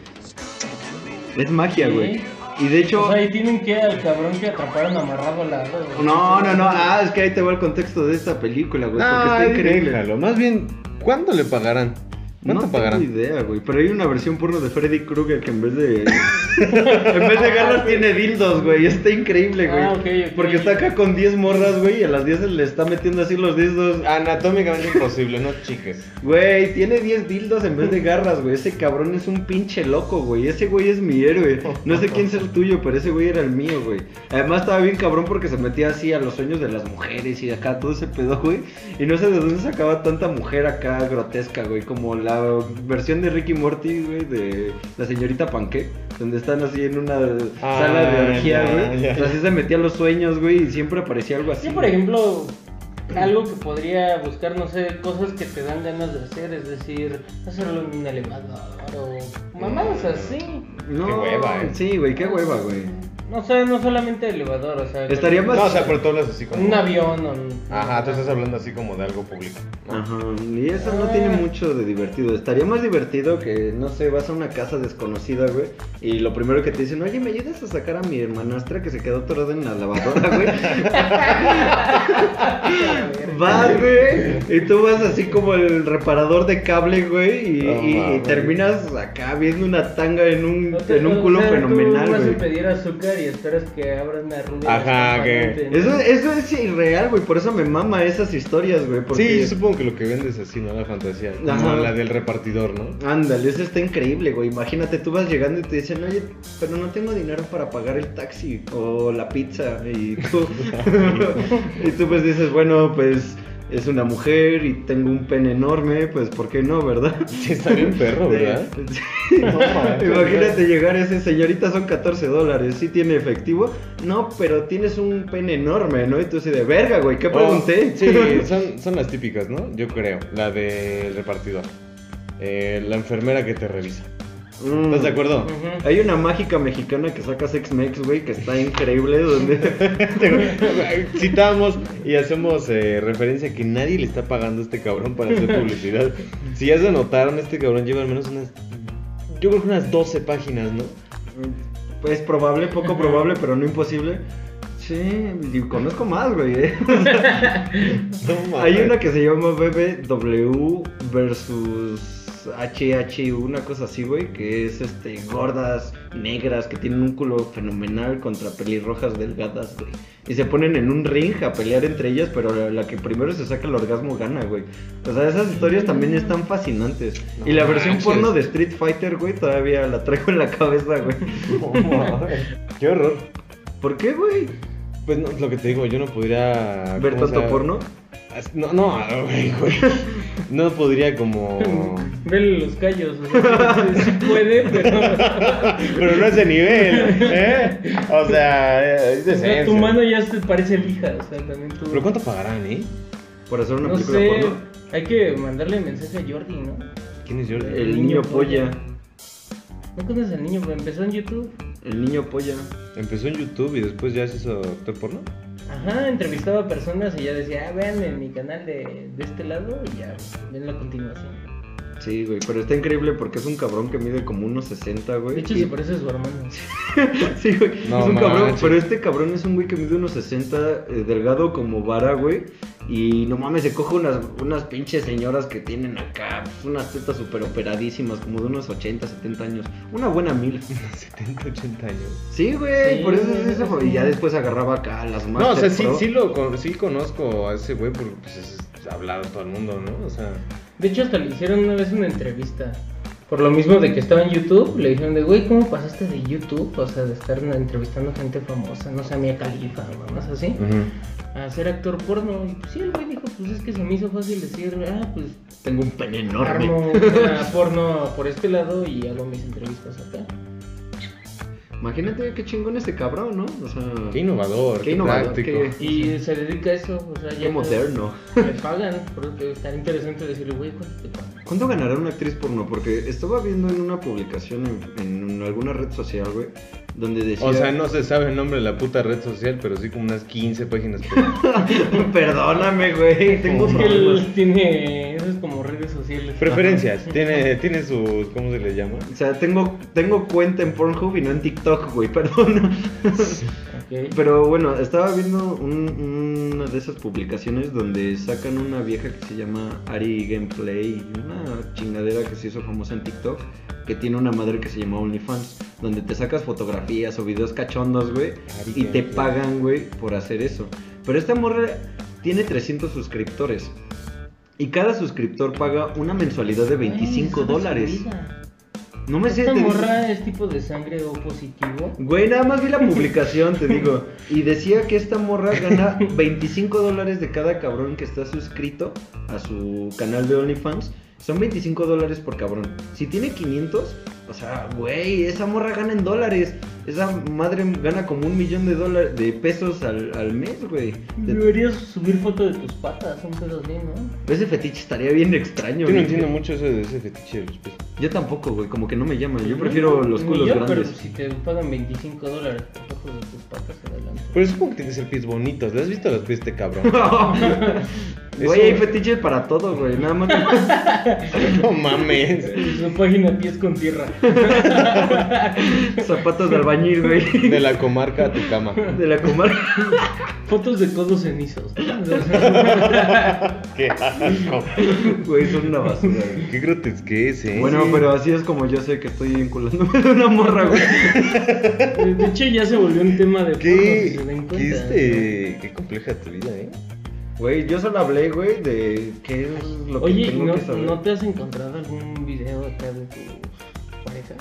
[SPEAKER 2] Es magia,
[SPEAKER 3] Sí.
[SPEAKER 2] güey. Y de hecho,
[SPEAKER 3] O sea, y tienen que al cabrón que atraparon amarrado al lado. güey.
[SPEAKER 2] no, no, no, ah, es que ahí te va el contexto de esta película, güey, porque está
[SPEAKER 6] Ay,
[SPEAKER 2] increíble.
[SPEAKER 6] déjalo. Más bien, ¿cuándo le pagarán?
[SPEAKER 2] No
[SPEAKER 6] ¿Cuánto
[SPEAKER 2] tengo
[SPEAKER 6] pagarán?
[SPEAKER 2] idea, güey, pero hay una versión porno de Freddy Krueger que en vez de (laughs) en vez de garras tiene dildos, güey. Está increíble, güey.
[SPEAKER 3] Ah, ok, ok.
[SPEAKER 2] Porque está acá con 10 morras, güey, y a las 10 se le está metiendo así los dildos.
[SPEAKER 1] Anatómicamente imposible, no
[SPEAKER 2] (laughs)
[SPEAKER 1] chiques.
[SPEAKER 2] Güey, tiene 10 dildos en vez de garras, güey. Ese cabrón es un pinche loco, güey. Ese güey es mi héroe. No sé quién es el tuyo, pero ese güey era el mío, güey. Además estaba bien cabrón porque se metía así a los sueños de las mujeres y acá todo ese pedo, güey. Y no sé de dónde sacaba tanta mujer acá grotesca, güey. Como la versión de Ricky Morty, güey, de la señorita Panqué. Donde están así en una
[SPEAKER 1] Ah,
[SPEAKER 2] sala de orgía,
[SPEAKER 1] ya,
[SPEAKER 2] güey.
[SPEAKER 1] ya.
[SPEAKER 2] Así se metía a los sueños, güey. Y siempre aparecía algo así.
[SPEAKER 3] Yo, por
[SPEAKER 2] güey.
[SPEAKER 3] ejemplo, algo que podría buscar, no sé, cosas que te dan ganas de hacer, es decir, hacerlo en un elevador o mamadas así.
[SPEAKER 2] No,
[SPEAKER 1] Qué hueva, eh.
[SPEAKER 2] Sí, güey, qué hueva, güey.
[SPEAKER 3] No sé, no solamente elevador, o sea.
[SPEAKER 2] Estaría
[SPEAKER 3] con-
[SPEAKER 2] más- Ah.
[SPEAKER 1] No, o sea, pero tú hablas así como.
[SPEAKER 3] Un avión o. un- (laughs)
[SPEAKER 1] Ajá, tú estás hablando así como de algo público. ¿no?
[SPEAKER 2] Ajá, y eso no tiene mucho de divertido. Estaría más divertido que, no sé, vas a una casa desconocida, güey, y lo primero que te dicen, oye, ¿me ayudas a sacar a mi hermanastra que se quedó atorada en la lavadora, (laughs) güey?
[SPEAKER 3] eh, (laughs)
[SPEAKER 2] vas, güey, y tú vas así como el reparador de cable, güey, y,
[SPEAKER 1] No
[SPEAKER 2] y- y
[SPEAKER 1] mames.
[SPEAKER 2] terminas acá viendo una tanga en un,
[SPEAKER 3] No te-
[SPEAKER 2] en un
[SPEAKER 3] o
[SPEAKER 2] culo
[SPEAKER 3] sea,
[SPEAKER 2] fenomenal,
[SPEAKER 3] Tú vas
[SPEAKER 2] güey.
[SPEAKER 3] a pedir azúcar y esperas que abran una rubia.
[SPEAKER 1] Ajá,
[SPEAKER 3] transparente, ¿no?
[SPEAKER 2] Eso, eso es irreal, güey, por eso me mama esas historias, güey. Porque...
[SPEAKER 6] Sí, yo supongo que lo que vendes así, ¿no? La fantasía.
[SPEAKER 2] Ajá.
[SPEAKER 6] Como la del repartidor, ¿no? (laughs)
[SPEAKER 2] Ándale, eso está increíble, güey. Imagínate, tú vas llegando y te dicen, oye, pero no tengo dinero para pagar el taxi o la pizza. Y tú, (laughs) y tú pues dices, bueno, pues es una mujer y tengo un pene enorme, pues ¿por qué no, verdad?
[SPEAKER 6] Sí, está bien perro, ¿verdad? (laughs)
[SPEAKER 2] Sí. Imagínate llegar a ese señorita, son 14 dólares, ¿sí tiene efectivo? No, pero tienes un pene enorme, ¿no? Y tú así de verga, güey, ¿qué pregunté?
[SPEAKER 6] Oh, sí,
[SPEAKER 2] (laughs)
[SPEAKER 6] son, son las típicas, ¿no? Yo creo. La del repartidor. Eh, la enfermera que te revisa.
[SPEAKER 2] Mm.
[SPEAKER 6] ¿Estás de acuerdo?
[SPEAKER 3] Ujú.
[SPEAKER 2] Hay una mágica mexicana que saca Sex Mex, güey, que está increíble, donde...
[SPEAKER 6] (laughs) Citamos y hacemos eh, referencia que nadie le está pagando a este cabrón para hacer publicidad. Si ya se notaron, este cabrón lleva al menos unas. Yo creo que unas 12 páginas, ¿no?
[SPEAKER 2] Pues probable, poco probable, pero no imposible. Sí, y conozco más, güey. eh. O sea,
[SPEAKER 6] No mames.
[SPEAKER 2] Hay una que (laughs) se llama BBW versus HHU, una cosa así, güey, que es este gordas, negras, que tienen un culo fenomenal contra pelirrojas delgadas, güey. Y se ponen en un ring a pelear entre ellas, pero la, la que primero se saca el orgasmo gana, güey. O sea, esas historias también están fascinantes. y la versión
[SPEAKER 6] manches.
[SPEAKER 2] porno de Street Fighter, güey, todavía la traigo en la cabeza, güey.
[SPEAKER 6] Qué horror.
[SPEAKER 2] ¿Por qué, güey?
[SPEAKER 6] Pues no, lo que te digo, yo no podría. Ah, ¿cómo
[SPEAKER 2] ¿Ver
[SPEAKER 6] se
[SPEAKER 2] tanto
[SPEAKER 6] llama?
[SPEAKER 2] porno?
[SPEAKER 6] As- No, no, güey, güey. No podría
[SPEAKER 2] (laughs)
[SPEAKER 6] como.
[SPEAKER 3] Vele los callos. o sea, sí- sí puede,
[SPEAKER 2] (laughs)
[SPEAKER 3] pero.
[SPEAKER 6] Pero no es de nivel, ¿eh? O sea, eh, es
[SPEAKER 3] o sea, tu
[SPEAKER 6] decencia.
[SPEAKER 3] mano ya se parece lija. O sea, también tú.
[SPEAKER 6] Pero ¿cuánto pagarán, eh?
[SPEAKER 2] ¿Por hacer una
[SPEAKER 3] no
[SPEAKER 2] película
[SPEAKER 3] sé.
[SPEAKER 2] porno?
[SPEAKER 3] Hay que mandarle mensaje a Jordi, ¿no?
[SPEAKER 6] ¿Quién es Jordi?
[SPEAKER 2] El niño polla.
[SPEAKER 3] ¿No conoces al niño? Empezó en YouTube.
[SPEAKER 2] El niño polla.
[SPEAKER 6] Empezó en YouTube y después ya se hizo actor porno. (laughs)
[SPEAKER 3] Ajá, entrevistaba a personas y ya decía, ah, vean en mi canal de, de este lado y ya ven la continuación.
[SPEAKER 2] Sí, güey, pero está increíble porque es un cabrón que mide como unos 60, güey.
[SPEAKER 3] De hecho,
[SPEAKER 2] Y-
[SPEAKER 3] se parece a su hermano.
[SPEAKER 2] (laughs) Sí, güey.
[SPEAKER 6] No
[SPEAKER 2] es un
[SPEAKER 6] manches.
[SPEAKER 2] cabrón, pero este cabrón es un güey que mide unos 60, eh, delgado como vara, güey. Y no mames, se coge unas, unas pinches señoras que tienen acá pues, unas tetas súper operadísimas, como de unos 80, 70 años. Una buena
[SPEAKER 6] (laughs)
[SPEAKER 2] mil.
[SPEAKER 6] 70, 80 años.
[SPEAKER 2] Sí, güey,
[SPEAKER 3] Sí,
[SPEAKER 2] por eso
[SPEAKER 3] güey,
[SPEAKER 2] es eso.
[SPEAKER 3] sí.
[SPEAKER 2] Y ya después agarraba acá a las
[SPEAKER 6] No, o sea,
[SPEAKER 2] Master
[SPEAKER 6] sí,
[SPEAKER 2] Pro.
[SPEAKER 6] sí, lo, con- sí conozco a ese güey porque pues, es es hablado todo el mundo, ¿no? O sea,
[SPEAKER 3] De hecho, hasta le hicieron una vez una entrevista. Por lo mismo de que estaba en YouTube, le dijeron de, güey, ¿cómo pasaste de YouTube? O sea, de estar entrevistando gente famosa, no sé, a Mia Khalifa, mamás así,
[SPEAKER 2] Mm.
[SPEAKER 3] a ser actor porno. Y pues sí, el güey dijo, pues es que se me hizo fácil decir, ah, pues
[SPEAKER 2] Tengo un pene enorme. (laughs)
[SPEAKER 3] armo una porno por este lado y hago mis entrevistas acá.
[SPEAKER 2] Imagínate güey, qué chingón ese cabrón, ¿no? O sea,
[SPEAKER 6] qué innovador,
[SPEAKER 2] qué
[SPEAKER 6] qué,
[SPEAKER 2] innovador,
[SPEAKER 6] práctico.
[SPEAKER 2] qué-
[SPEAKER 3] Y se dedica a eso, o sea, ya
[SPEAKER 2] qué moderno.
[SPEAKER 3] le pagan, por eso que estaría interesante decirle, güey, ¿cuánto te pagan?
[SPEAKER 2] ¿Cuánto ganará una actriz porno? Porque estaba viendo en una publicación en, en alguna red social, güey, donde decía...
[SPEAKER 6] O sea, no se sabe el nombre de la puta red social, pero sí como unas 15 páginas. (laughs) por-
[SPEAKER 2] (laughs)
[SPEAKER 6] (laughs)
[SPEAKER 2] Perdóname, güey, tengo
[SPEAKER 3] Es que
[SPEAKER 2] problemas.
[SPEAKER 3] él tiene, eso es como redes sociales.
[SPEAKER 6] Preferencias, tiene, tiene sus, ¿cómo se les llama?
[SPEAKER 2] O sea, tengo, tengo cuenta en Pornhub y no en TikTok, güey, (laughs) perdón.
[SPEAKER 3] Ok.
[SPEAKER 2] Pero bueno, estaba viendo un- una de esas publicaciones donde sacan una vieja que se llama Ari Gameplay, una chingadera que se hizo famosa en TikTok, que tiene una madre que se llama OnlyFans, donde te sacas fotografías o videos cachondos, güey,
[SPEAKER 6] Ari
[SPEAKER 2] y te
[SPEAKER 6] Gameplay.
[SPEAKER 2] pagan, güey, por hacer eso. Pero esta morra tiene 300 suscriptores. Y cada suscriptor paga una mensualidad de 25
[SPEAKER 3] Ay, esa es
[SPEAKER 2] dólares.
[SPEAKER 3] su vida.
[SPEAKER 2] No me sé.
[SPEAKER 3] ¿Esta
[SPEAKER 2] te digo-
[SPEAKER 3] morra es tipo de sangre O positivo?
[SPEAKER 2] Güey, nada más vi la publicación, te digo. Y decía que esta morra gana 25 dólares de cada cabrón que está suscrito a su canal de OnlyFans. Son 25 dólares por cabrón. Si tiene 500, o sea, güey, esa morra gana en dólares. Esa madre gana como un millón de dólares de pesos al, al mes, güey. De-
[SPEAKER 3] Deberías subir foto de tus patas, un pedo así, ¿no?
[SPEAKER 2] Ese fetiche estaría bien extraño.
[SPEAKER 6] Yo no
[SPEAKER 2] güey.
[SPEAKER 6] entiendo mucho eso de ese fetiche de los peces.
[SPEAKER 2] Yo tampoco, güey, como que no me llama. Yo prefiero los
[SPEAKER 3] Ni
[SPEAKER 2] culos
[SPEAKER 3] yo,
[SPEAKER 2] grandes.
[SPEAKER 3] (laughs) Pero si te pagan 25 dólares por fotos de tus patas, adelante.
[SPEAKER 6] Pero es como que tiene que ser pies bonitos. ¿Le has visto los pies de este cabrón?
[SPEAKER 2] (laughs)
[SPEAKER 6] (laughs)
[SPEAKER 2] Güey, hay fetiches para todo, güey. Nada más.
[SPEAKER 6] no
[SPEAKER 2] (laughs)
[SPEAKER 6] mames.
[SPEAKER 3] Su página pies con tierra.
[SPEAKER 2] Zapatos de albañil,
[SPEAKER 3] (laughs)
[SPEAKER 2] güey.
[SPEAKER 6] De la comarca a tu cama.
[SPEAKER 2] De la comarca.
[SPEAKER 3] Fotos de codos cenizos. (laughs)
[SPEAKER 6] Qué asco.
[SPEAKER 2] Güey, son una basura, güey.
[SPEAKER 6] Qué grotesquez, eh.
[SPEAKER 2] Bueno,
[SPEAKER 6] Sí.
[SPEAKER 2] pero así es como yo sé que estoy vinculándome de una morra, güey.
[SPEAKER 3] De hecho, ya se volvió un tema de porno, si se
[SPEAKER 6] Qué,
[SPEAKER 3] dan
[SPEAKER 6] qué,
[SPEAKER 3] cuenta.
[SPEAKER 6] este, qué compleja tu vida, eh.
[SPEAKER 2] Güey, yo solo hablé, güey, de qué es lo que
[SPEAKER 3] Oye, ¿y
[SPEAKER 2] tengo
[SPEAKER 3] ¿no,
[SPEAKER 2] que saber.
[SPEAKER 3] ¿no te has encontrado algún video acá de tus parejas?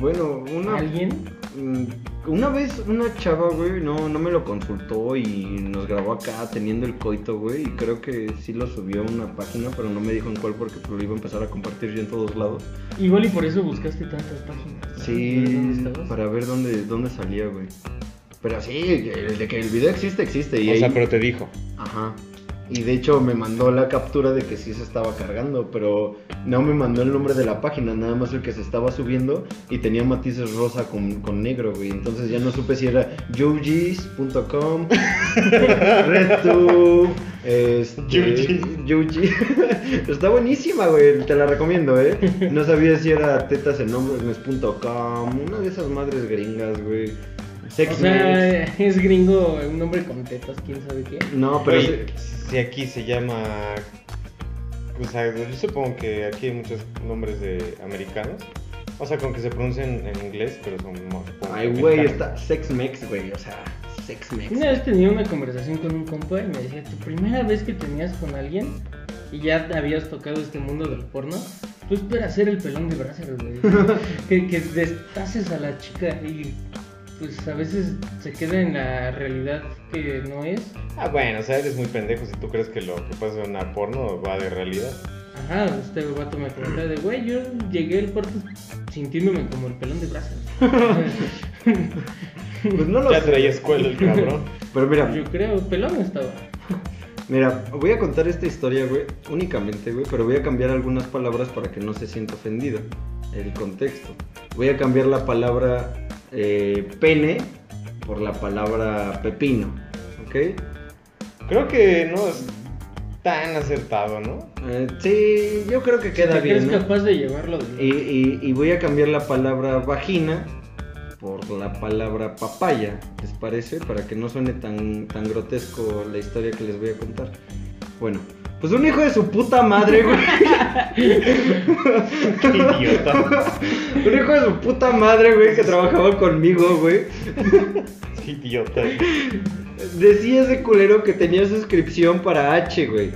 [SPEAKER 2] Bueno, una.
[SPEAKER 3] ¿Alguien?
[SPEAKER 2] Mm, Una vez una chava, güey, no, no me lo consultó y nos grabó acá teniendo el coito, güey. Y creo que sí lo subió a una página, pero no me dijo en cuál porque pues, lo iba a empezar a compartir yo en todos lados.
[SPEAKER 3] Igual y por eso buscaste tantas páginas. ¿no? ¿Para
[SPEAKER 2] Sí,
[SPEAKER 3] dónde estabas?
[SPEAKER 2] para ver dónde, dónde salía, güey. Pero sí, el de que el video existe, existe. Y
[SPEAKER 6] O sea,
[SPEAKER 2] ahí-
[SPEAKER 6] pero te dijo.
[SPEAKER 2] Ajá. Y de hecho me mandó la captura de que sí se estaba cargando, pero no me mandó el nombre de la página, nada más el que se estaba subiendo y tenía matices rosa con, con negro, güey. Entonces ya no supe si era
[SPEAKER 3] (laughs)
[SPEAKER 2] yogis.com, RedTube, este,
[SPEAKER 6] Yogis.
[SPEAKER 2] Yuji. (laughs) Está buenísima, güey, te la recomiendo, ¿eh? No sabía si era tetasenhombresmes.com, una de esas madres gringas, güey.
[SPEAKER 3] O
[SPEAKER 2] Sex Mex.
[SPEAKER 3] sea, es gringo, un hombre con tetas, quién sabe qué.
[SPEAKER 2] No, pero...
[SPEAKER 1] Oye, si aquí se llama. O sea, yo supongo que aquí hay muchos nombres de americanos. O sea, con que se pronuncian en inglés, pero son no, supongo que
[SPEAKER 2] Ay, güey,
[SPEAKER 1] americanos.
[SPEAKER 2] está Sex Mex, güey, o sea, Sex Mex.
[SPEAKER 3] Una vez tenía una conversación con un compa y me decía, tu primera vez que tenías con alguien y ya te habías tocado este mundo del porno, tú esperas ser el pelón de brazos, güey.
[SPEAKER 2] (laughs)
[SPEAKER 3] que, que destaces a la chica y pues a veces se queda en la realidad que no es.
[SPEAKER 1] Ah, bueno, o sea, eres muy pendejo si tú crees que lo que pasa en una porno va de realidad.
[SPEAKER 3] Ajá, este vato me comentó de, güey, yo llegué al cuarto sintiéndome como el pelón
[SPEAKER 2] (laughs)
[SPEAKER 3] de brazos.
[SPEAKER 2] Pues no lo
[SPEAKER 1] Ya
[SPEAKER 2] sé.
[SPEAKER 1] traía escuela el cabrón.
[SPEAKER 2] Pero mira,
[SPEAKER 3] Yo creo, pelón estaba.
[SPEAKER 2] mira, voy a contar esta historia, güey, únicamente, güey, pero voy a cambiar algunas palabras para que no se sienta ofendido el contexto. voy a cambiar la palabra eh, pene por la palabra pepino. ¿Ok?
[SPEAKER 1] Creo que no es tan acertado,
[SPEAKER 2] (laughs)
[SPEAKER 1] ¿no?
[SPEAKER 2] Eh, sí, yo creo que queda
[SPEAKER 3] ¿Te
[SPEAKER 2] bien.
[SPEAKER 3] crees
[SPEAKER 2] ¿no?
[SPEAKER 3] capaz de llevarlo? de-
[SPEAKER 2] Y, y- y voy a cambiar la palabra vagina por la palabra papaya, ¿les parece? Para que no suene tan, tan grotesco la historia que les voy a contar. Bueno, pues un hijo de su puta madre,
[SPEAKER 3] (laughs)
[SPEAKER 2] güey.
[SPEAKER 1] Qué idiota.
[SPEAKER 2] Un hijo de su puta madre, güey, que trabajaba conmigo, güey.
[SPEAKER 1] Qué idiota.
[SPEAKER 2] Decía ese culero que tenía suscripción para H, güey.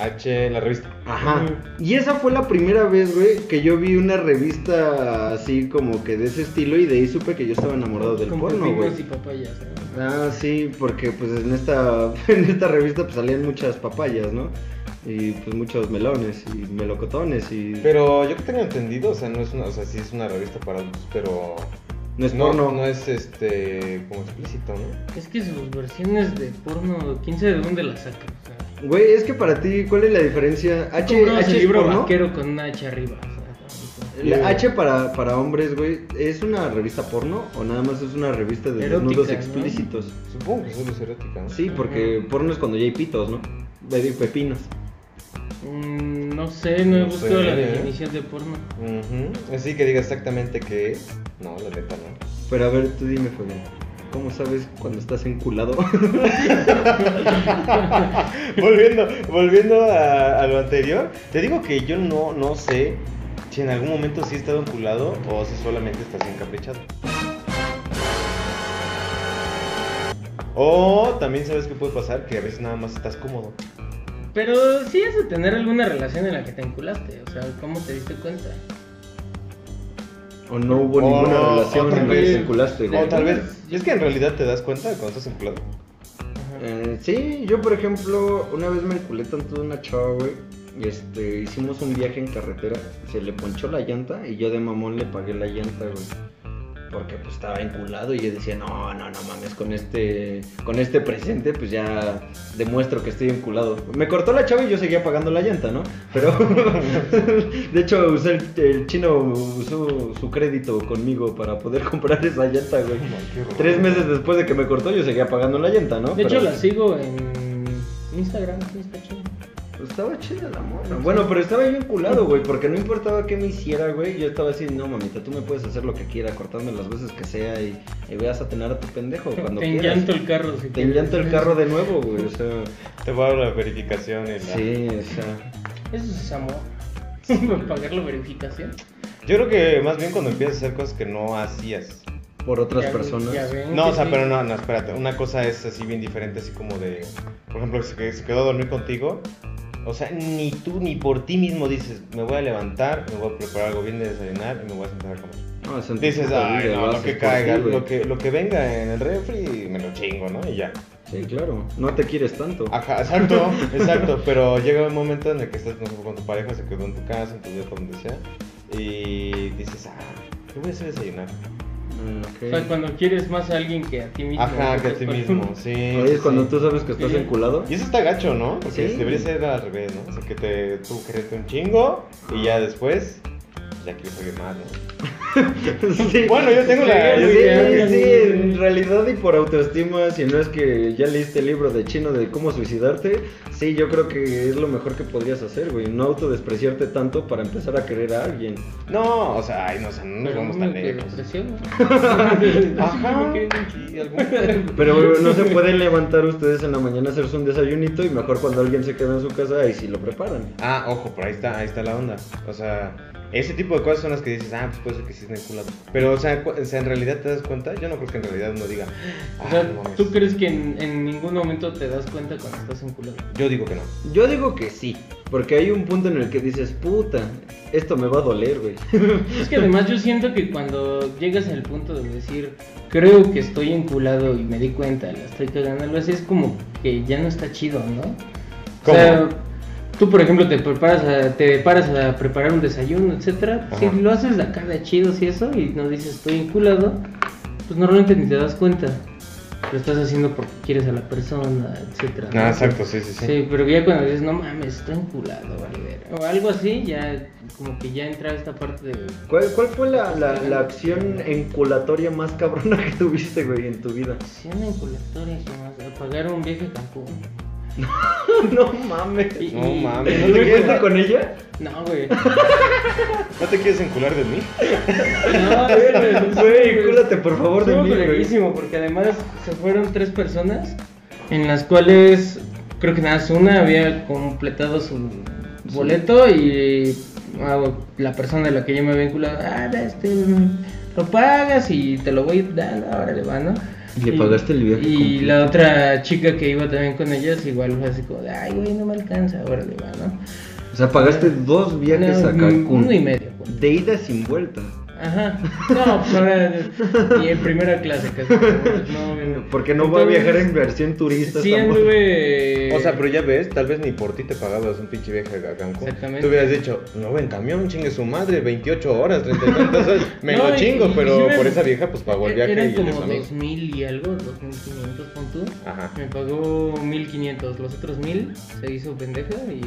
[SPEAKER 1] H, la revista.
[SPEAKER 2] Ajá. Y esa fue la primera vez, güey, que yo vi una revista así como que de ese estilo y de ahí supe que yo estaba enamorado del
[SPEAKER 3] con
[SPEAKER 2] porno, güey.
[SPEAKER 3] pepinos y papayas. ¿eh? ¿no?
[SPEAKER 2] Ah, sí, porque pues en esta, (laughs) en esta revista pues, salían muchas papayas, ¿no? Y pues muchos melones y melocotones y...
[SPEAKER 1] Pero yo que tengo entendido, o sea, no es una, o sea, sí es una revista para adultos, pero
[SPEAKER 2] no es
[SPEAKER 1] no,
[SPEAKER 2] porno.
[SPEAKER 1] no es este como explícito, ¿no?
[SPEAKER 3] Es que sus versiones de porno, quién sabe de dónde las saca. O sea,
[SPEAKER 2] Güey, es que para ti, ¿cuál es la diferencia? H,
[SPEAKER 3] comprabas
[SPEAKER 2] H
[SPEAKER 3] el
[SPEAKER 2] es
[SPEAKER 3] libro
[SPEAKER 2] porno.
[SPEAKER 3] vaquero con una H arriba. o sea, tampoco.
[SPEAKER 2] La H para, para hombres, güey, ¿es una revista porno o nada más es una revista de
[SPEAKER 3] Erótica,
[SPEAKER 2] desnudos
[SPEAKER 3] ¿no?
[SPEAKER 2] explícitos?
[SPEAKER 1] Supongo que solo es erótica, ¿no?
[SPEAKER 2] Sí, porque porno es cuando ya hay pitos, ¿no? Baby pepinos.
[SPEAKER 3] Mm, no sé, no he
[SPEAKER 1] No
[SPEAKER 3] buscado
[SPEAKER 1] sé.
[SPEAKER 2] eh.
[SPEAKER 3] la definición de porno.
[SPEAKER 1] Ujú. Así que diga exactamente qué es. No, la neta no.
[SPEAKER 2] Pero a ver, tú dime, Fabián, ¿cómo sabes cuando estás enculado?
[SPEAKER 1] (laughs) volviendo, volviendo a, a lo anterior, te digo que yo no, no sé si en algún momento sí he estado enculado o si solamente estás encaprichado. O también sabes que puede pasar que a veces nada más estás cómodo.
[SPEAKER 3] Pero sí es de tener alguna relación en la que te enculaste. O sea, ¿cómo te diste cuenta?
[SPEAKER 2] ¿O no hubo
[SPEAKER 1] O
[SPEAKER 2] ninguna
[SPEAKER 1] no,
[SPEAKER 2] relación
[SPEAKER 1] o
[SPEAKER 2] en
[SPEAKER 1] tal
[SPEAKER 2] la que
[SPEAKER 1] vez-
[SPEAKER 2] te enculaste, güey?
[SPEAKER 1] O tal vez, es que en realidad te das cuenta cuando estás enculado.
[SPEAKER 2] Eh, sí, yo por ejemplo, una vez me enculé tanto de una chava, güey. y, Este, hicimos un viaje en carretera, se le ponchó la llanta y yo de mamón le pagué la llanta, güey. Porque pues estaba enculado y yo decía, no, no, no mames, con este, con este presente pues ya demuestro que estoy enculado. Me cortó la chava y yo seguía pagando la llanta, ¿no? Pero, (laughs) de hecho, usé el, el chino usó su crédito conmigo para poder (laughs) comprar esa llanta, güey. Tres meses después de que me cortó yo seguía pagando la llanta, ¿no?
[SPEAKER 3] De hecho,
[SPEAKER 2] Pero-
[SPEAKER 3] la sigo en Instagram, sí está chido.
[SPEAKER 2] Pues Estaba chida la morra. Bueno, pero estaba yo enculado, güey, porque no importaba qué me hiciera, güey. Yo estaba así, no, mamita, tú me puedes hacer lo que quiera, cortarme las veces que sea y, y veas a tener a tu pendejo cuando
[SPEAKER 3] Te
[SPEAKER 2] quieras.
[SPEAKER 3] enllanto el carro.
[SPEAKER 2] Te
[SPEAKER 3] Si quieres.
[SPEAKER 2] enllanto el carro de nuevo, güey, o sea.
[SPEAKER 1] Te va a dar la verificación y la...
[SPEAKER 2] Sí, o sea.
[SPEAKER 3] Eso sí es amor. (laughs) Por pagar la verificación.
[SPEAKER 1] Yo creo que más bien cuando empiezas a hacer cosas que no hacías.
[SPEAKER 2] Por otras
[SPEAKER 3] Ya ven-
[SPEAKER 2] personas.
[SPEAKER 3] ya ven
[SPEAKER 1] No,
[SPEAKER 3] que
[SPEAKER 1] o sea,
[SPEAKER 3] sí.
[SPEAKER 1] pero no, no, espérate. Una cosa es así bien diferente, así como de, por ejemplo, que se que se quedó a dormir contigo. O sea, ni tú ni por ti mismo dices, me voy a levantar, me voy a preparar algo bien de desayunar y me voy a sentar a comer.
[SPEAKER 2] No, es en tu
[SPEAKER 1] Dices,
[SPEAKER 2] puta
[SPEAKER 1] ay,
[SPEAKER 2] vida,
[SPEAKER 1] no, lo
[SPEAKER 2] haces
[SPEAKER 1] que
[SPEAKER 2] por
[SPEAKER 1] caiga,
[SPEAKER 2] ti, güey".
[SPEAKER 1] lo que, lo que venga en el refri, me lo chingo, ¿no? Y ya.
[SPEAKER 2] Sí, claro. No te quieres tanto.
[SPEAKER 1] Ajá, exacto,
[SPEAKER 2] (laughs)
[SPEAKER 1] exacto. Pero llega un momento en el que estás no sé, con tu pareja, se quedó en tu casa, en tu vida, donde sea, y dices, ah, ¿qué voy a hacer desayunar?
[SPEAKER 2] Mm, ok.
[SPEAKER 3] O sea, cuando quieres más a alguien que a ti mismo. Pues,
[SPEAKER 1] Ajá, que a ti
[SPEAKER 3] Entonces, (laughs)
[SPEAKER 1] mismo, sí.
[SPEAKER 2] Ahí es
[SPEAKER 1] sí,
[SPEAKER 2] cuando
[SPEAKER 1] sí.
[SPEAKER 2] tú sabes que estás
[SPEAKER 3] Sí.
[SPEAKER 2] enculado.
[SPEAKER 1] Y eso está gacho, ¿no? Porque
[SPEAKER 2] Sí.
[SPEAKER 1] debería ser al revés, ¿no? O sea, que te, tú crees un chingo y ya después pues, ya quieres alguien más, ¿no?
[SPEAKER 2] (laughs) Sí.
[SPEAKER 1] Bueno, yo tengo la...
[SPEAKER 2] Sí,
[SPEAKER 1] yo-
[SPEAKER 3] bien.
[SPEAKER 2] sí, en realidad y por autoestima, si no es que ya leíste el libro de chino de cómo suicidarte, sí, yo creo que es lo mejor que podrías hacer, güey, no autodespreciarte tanto para empezar a querer a alguien.
[SPEAKER 1] No, o sea, ay, no, o sea, no nos
[SPEAKER 3] Pero
[SPEAKER 1] vamos
[SPEAKER 3] no
[SPEAKER 1] tan
[SPEAKER 3] me
[SPEAKER 1] lejos. (laughs)
[SPEAKER 3] depresión, ¿no?
[SPEAKER 1] Ajá.
[SPEAKER 2] Pero güey, no se pueden levantar ustedes en la mañana a hacerse un desayunito y mejor cuando alguien se queda en su casa ahí sí lo preparan.
[SPEAKER 1] Ah, ojo, pero ahí está, ahí está la onda. O sea, ese tipo de cosas son las que dices, ah, pues puede ser que sí es enculado. Pero, o sea, cu- o sea, en realidad te das cuenta, yo no creo que en realidad uno diga, ah,
[SPEAKER 3] O sea,
[SPEAKER 1] no mames.
[SPEAKER 3] ¿tú crees que en, en ningún momento te das cuenta cuando estás enculado?
[SPEAKER 1] Yo digo que no.
[SPEAKER 2] Yo digo que sí, porque hay un punto en el que dices, puta, esto me va a doler, güey.
[SPEAKER 3] Es que además yo siento que cuando llegas al punto de decir, creo que estoy enculado y me di cuenta, la estoy cagando, algo así, es como que ya no está chido, ¿no?
[SPEAKER 1] ¿Cómo?
[SPEAKER 3] O sea, tú por ejemplo te preparas a, te paras a preparar un desayuno, etcétera,
[SPEAKER 1] Ajá.
[SPEAKER 3] si lo haces la cara de chidos y eso, y no dices estoy enculado, pues normalmente ni te das cuenta. lo estás haciendo porque quieres a la persona, etcétera. ¿no?
[SPEAKER 1] Ah, exacto, sí, sí, sí.
[SPEAKER 3] Sí, pero ya cuando dices, no mames, está enculado, vale, ver", O algo así, ya como que ya entra esta parte de...
[SPEAKER 2] ¿Cuál, cuál fue la, la- la acción enculatoria más cabrona que tuviste, güey, en tu vida?
[SPEAKER 3] Sí, una enculatoria, jamás. Pagar un viaje a Cancún.
[SPEAKER 2] (laughs) no mames.
[SPEAKER 3] Y-
[SPEAKER 1] No
[SPEAKER 3] y-
[SPEAKER 1] mames.
[SPEAKER 2] ¿No te quedaste con ella?
[SPEAKER 3] No, güey.
[SPEAKER 1] ¿No te quieres encular de mí?
[SPEAKER 3] No, (laughs) güey,
[SPEAKER 2] Güey, cúlate, por favor, de
[SPEAKER 3] Estuvo
[SPEAKER 2] mí, güey.
[SPEAKER 3] verguísimo, porque además se fueron tres personas en las cuales creo que nada más una había completado su boleto y ah, la persona de la que yo me había vinculado, ah, este, lo pagas y te lo voy dando, ahora le va, ¿no?
[SPEAKER 2] Le
[SPEAKER 3] Y-
[SPEAKER 2] pagaste el viaje
[SPEAKER 3] Y
[SPEAKER 2] completo.
[SPEAKER 3] la otra chica que iba también con ellas, igual fue así como de, ay, güey, no me alcanza, ahora le va, ¿no?
[SPEAKER 2] O sea, pagaste dos viajes
[SPEAKER 3] No,
[SPEAKER 2] a Cancún.
[SPEAKER 3] Uno y medio, güey.
[SPEAKER 2] De ida sin vuelta.
[SPEAKER 3] Ajá. No, para, y en primera clase casi.
[SPEAKER 1] (laughs)
[SPEAKER 3] pues, No, no.
[SPEAKER 2] Porque no voy a
[SPEAKER 3] Entonces,
[SPEAKER 2] viajar en versión turista.
[SPEAKER 3] Sí,
[SPEAKER 2] tampoco.
[SPEAKER 3] anduve.
[SPEAKER 1] O sea, pero ya ves, tal vez ni por ti te pagabas un pinche viaje a Cancún.
[SPEAKER 3] Exactamente.
[SPEAKER 1] Tú hubieras dicho, no, en camión, chingue su madre, 28 horas, 30 y tantas
[SPEAKER 3] (laughs)
[SPEAKER 1] horas. Me
[SPEAKER 3] No,
[SPEAKER 1] lo
[SPEAKER 3] y-
[SPEAKER 1] chingo,
[SPEAKER 3] y-
[SPEAKER 1] pero
[SPEAKER 3] y-
[SPEAKER 1] por esa vieja, pues pagó el viaje
[SPEAKER 3] Eran
[SPEAKER 1] y de su
[SPEAKER 3] como
[SPEAKER 1] amigo.
[SPEAKER 3] 2000 y algo, 2500 con tú.
[SPEAKER 1] Ajá.
[SPEAKER 3] Me pagó 1500. Los otros 1000 se hizo pendeja y.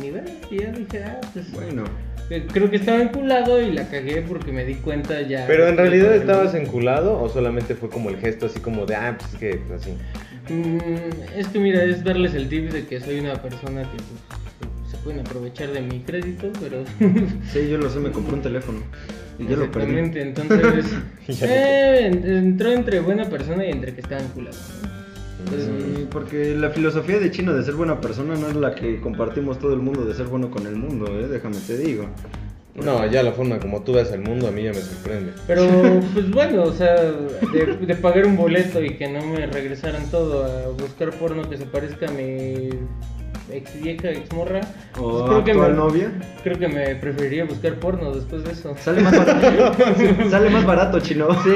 [SPEAKER 3] Ni ver, y ya dije, ah, pues.
[SPEAKER 2] Bueno.
[SPEAKER 3] eh, Creo que estaba enculado y la cagué porque me di cuenta ya.
[SPEAKER 1] Pero en realidad estabas enculado o solamente fue como el gesto así como de, ah, pues es que así.
[SPEAKER 3] Mm, es que mira, es darles el tip de que soy una persona que pues, se pueden aprovechar de mi crédito,
[SPEAKER 2] (laughs)
[SPEAKER 3] pero.
[SPEAKER 2] Sí, yo lo sé, me compré un teléfono. Y ya lo perdí.
[SPEAKER 3] Exactamente, entonces.
[SPEAKER 2] (laughs)
[SPEAKER 1] Ya lo
[SPEAKER 3] eh, en- entró entre buena persona y entre que estaba enculado. ¿no? Entonces,
[SPEAKER 2] Sí, Eh, porque la filosofía de China de ser buena persona no es la que compartimos todo el mundo de ser bueno con el mundo, ¿eh? déjame te digo.
[SPEAKER 3] Pues
[SPEAKER 1] No, ya la forma como tú ves el mundo a mí ya me sorprende.
[SPEAKER 2] (laughs)
[SPEAKER 3] Pero, pues bueno, o sea, de, de pagar un boleto y que no me regresaran todo a buscar porno que se parezca a mi ex vieja, ex morra, pues
[SPEAKER 2] ¿O
[SPEAKER 3] creo, que
[SPEAKER 2] actual
[SPEAKER 3] me,
[SPEAKER 2] novia?
[SPEAKER 3] creo que me preferiría buscar porno después de eso.
[SPEAKER 2] Sale más barato, (laughs) sale más barato chino. (laughs)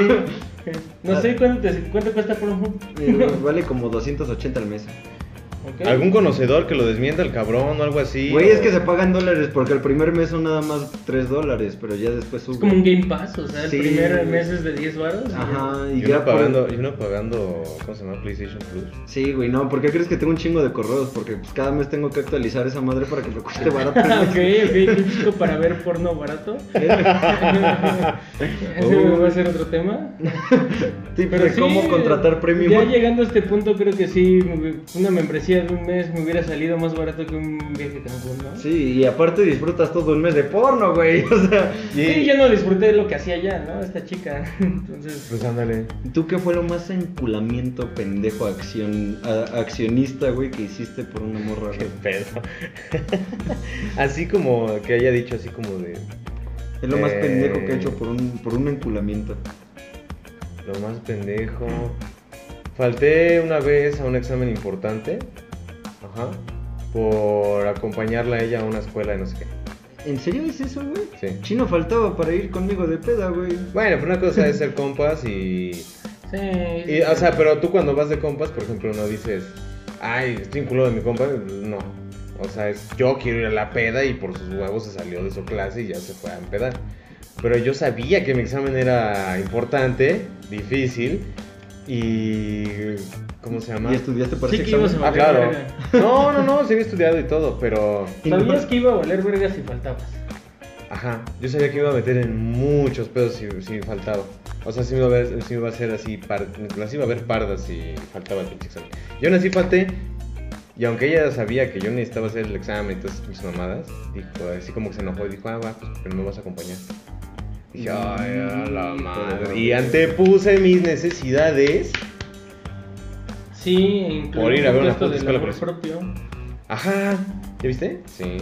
[SPEAKER 2] Sí.
[SPEAKER 3] No
[SPEAKER 2] Ah.
[SPEAKER 3] sé cuánto, te- cuánto cuesta porno.
[SPEAKER 2] Eh, vale como 280 al mes.
[SPEAKER 3] ¿ok?
[SPEAKER 1] ¿Algún conocedor que lo desmienta el cabrón o algo así?
[SPEAKER 2] Güey, es
[SPEAKER 1] O-
[SPEAKER 2] que se pagan dólares porque el primer mes son nada más 3 dólares, pero ya después sube.
[SPEAKER 3] Es como un Game Pass, o sea,
[SPEAKER 2] Sí.
[SPEAKER 3] el primer mes es de 10 varos. y
[SPEAKER 2] Ajá, y
[SPEAKER 1] Y
[SPEAKER 2] ya
[SPEAKER 1] uno
[SPEAKER 2] por-
[SPEAKER 1] pagando, y uno pagando, ¿cómo se llama? PlayStation Plus.
[SPEAKER 2] Sí, güey, no, ¿por qué crees que tengo un chingo de correos? Porque pues, cada mes tengo que actualizar esa madre para que me
[SPEAKER 3] (laughs)
[SPEAKER 2] cueste barato.
[SPEAKER 3] Ah, (laughs) ok, ok, un chico para ver
[SPEAKER 2] (laughs)
[SPEAKER 3] porno barato. Ese
[SPEAKER 2] Oh.
[SPEAKER 3] va a ser otro tema.
[SPEAKER 2] Sí, pero
[SPEAKER 3] sí,
[SPEAKER 2] ¿cómo contratar premium?
[SPEAKER 3] Ya llegando a este punto, creo que sí, me hubi- una membresía de un mes me hubiera salido más barato que un viaje a Cancún, ¿no?
[SPEAKER 2] Sí, y aparte disfrutas todo un mes de porno, güey. (laughs) O sea,
[SPEAKER 3] Sí, yo no disfruté lo que hacía ya, ¿no? Esta chica. (laughs) Entonces,
[SPEAKER 1] Pues ándale.
[SPEAKER 2] ¿tú qué fue lo más enculamiento pendejo acción, a- accionista, güey, que hiciste por una
[SPEAKER 1] (laughs)
[SPEAKER 2] morra,
[SPEAKER 1] Qué
[SPEAKER 2] güey?
[SPEAKER 1] pedo. así como que haya dicho así como de
[SPEAKER 2] Es lo más
[SPEAKER 1] Eh.
[SPEAKER 2] pendejo que he hecho por un, por un enculamiento.
[SPEAKER 1] lo más pendejo. Falté una vez a un examen importante. Ajá. Por acompañarla a ella a una escuela de no sé qué.
[SPEAKER 2] ¿En serio es eso, güey?
[SPEAKER 1] Sí.
[SPEAKER 2] Chino faltaba para ir conmigo de peda, güey.
[SPEAKER 1] Bueno, pero una cosa es ser compas y
[SPEAKER 3] sí.
[SPEAKER 1] Y,
[SPEAKER 2] ah,
[SPEAKER 1] o sea, pero tú cuando vas de compas, por ejemplo, no dices, ay, estoy vinculado de mi compa. No. O sea, es yo quiero ir a la peda y por sus huevos se salió de su clase y ya se fue a empedar. Pero yo sabía que mi examen era importante, difícil y. ¿Cómo se llama?
[SPEAKER 2] Y estudiaste para
[SPEAKER 3] Sí
[SPEAKER 2] ese
[SPEAKER 3] que ibas
[SPEAKER 2] examen.
[SPEAKER 1] Ah, claro. No, no, no, sí había estudiado y todo, pero.
[SPEAKER 3] Sabías que iba a valer verga si faltabas.
[SPEAKER 1] Ajá, yo sabía que me iba a meter en muchos pedos si, si faltaba. O sea, si me iba a, ver, sí me iba a hacer así, par, las iba a ver pardas si faltaba el pinche examen. Yo aún así falté, y aunque ella sabía que yo necesitaba hacer el examen y todas esas pinches mamadas, dijo, así como que se enojó y dijo, ah, va, pues pero me vas a acompañar. Dije, ay, a la madre. Y antepuse mis necesidades.
[SPEAKER 3] Sí, incluso
[SPEAKER 1] Por ir a ver una
[SPEAKER 3] esto
[SPEAKER 1] puta
[SPEAKER 3] del
[SPEAKER 1] escuela
[SPEAKER 3] amor
[SPEAKER 1] por
[SPEAKER 3] propio.
[SPEAKER 1] Ajá, ¿ya viste? Sí.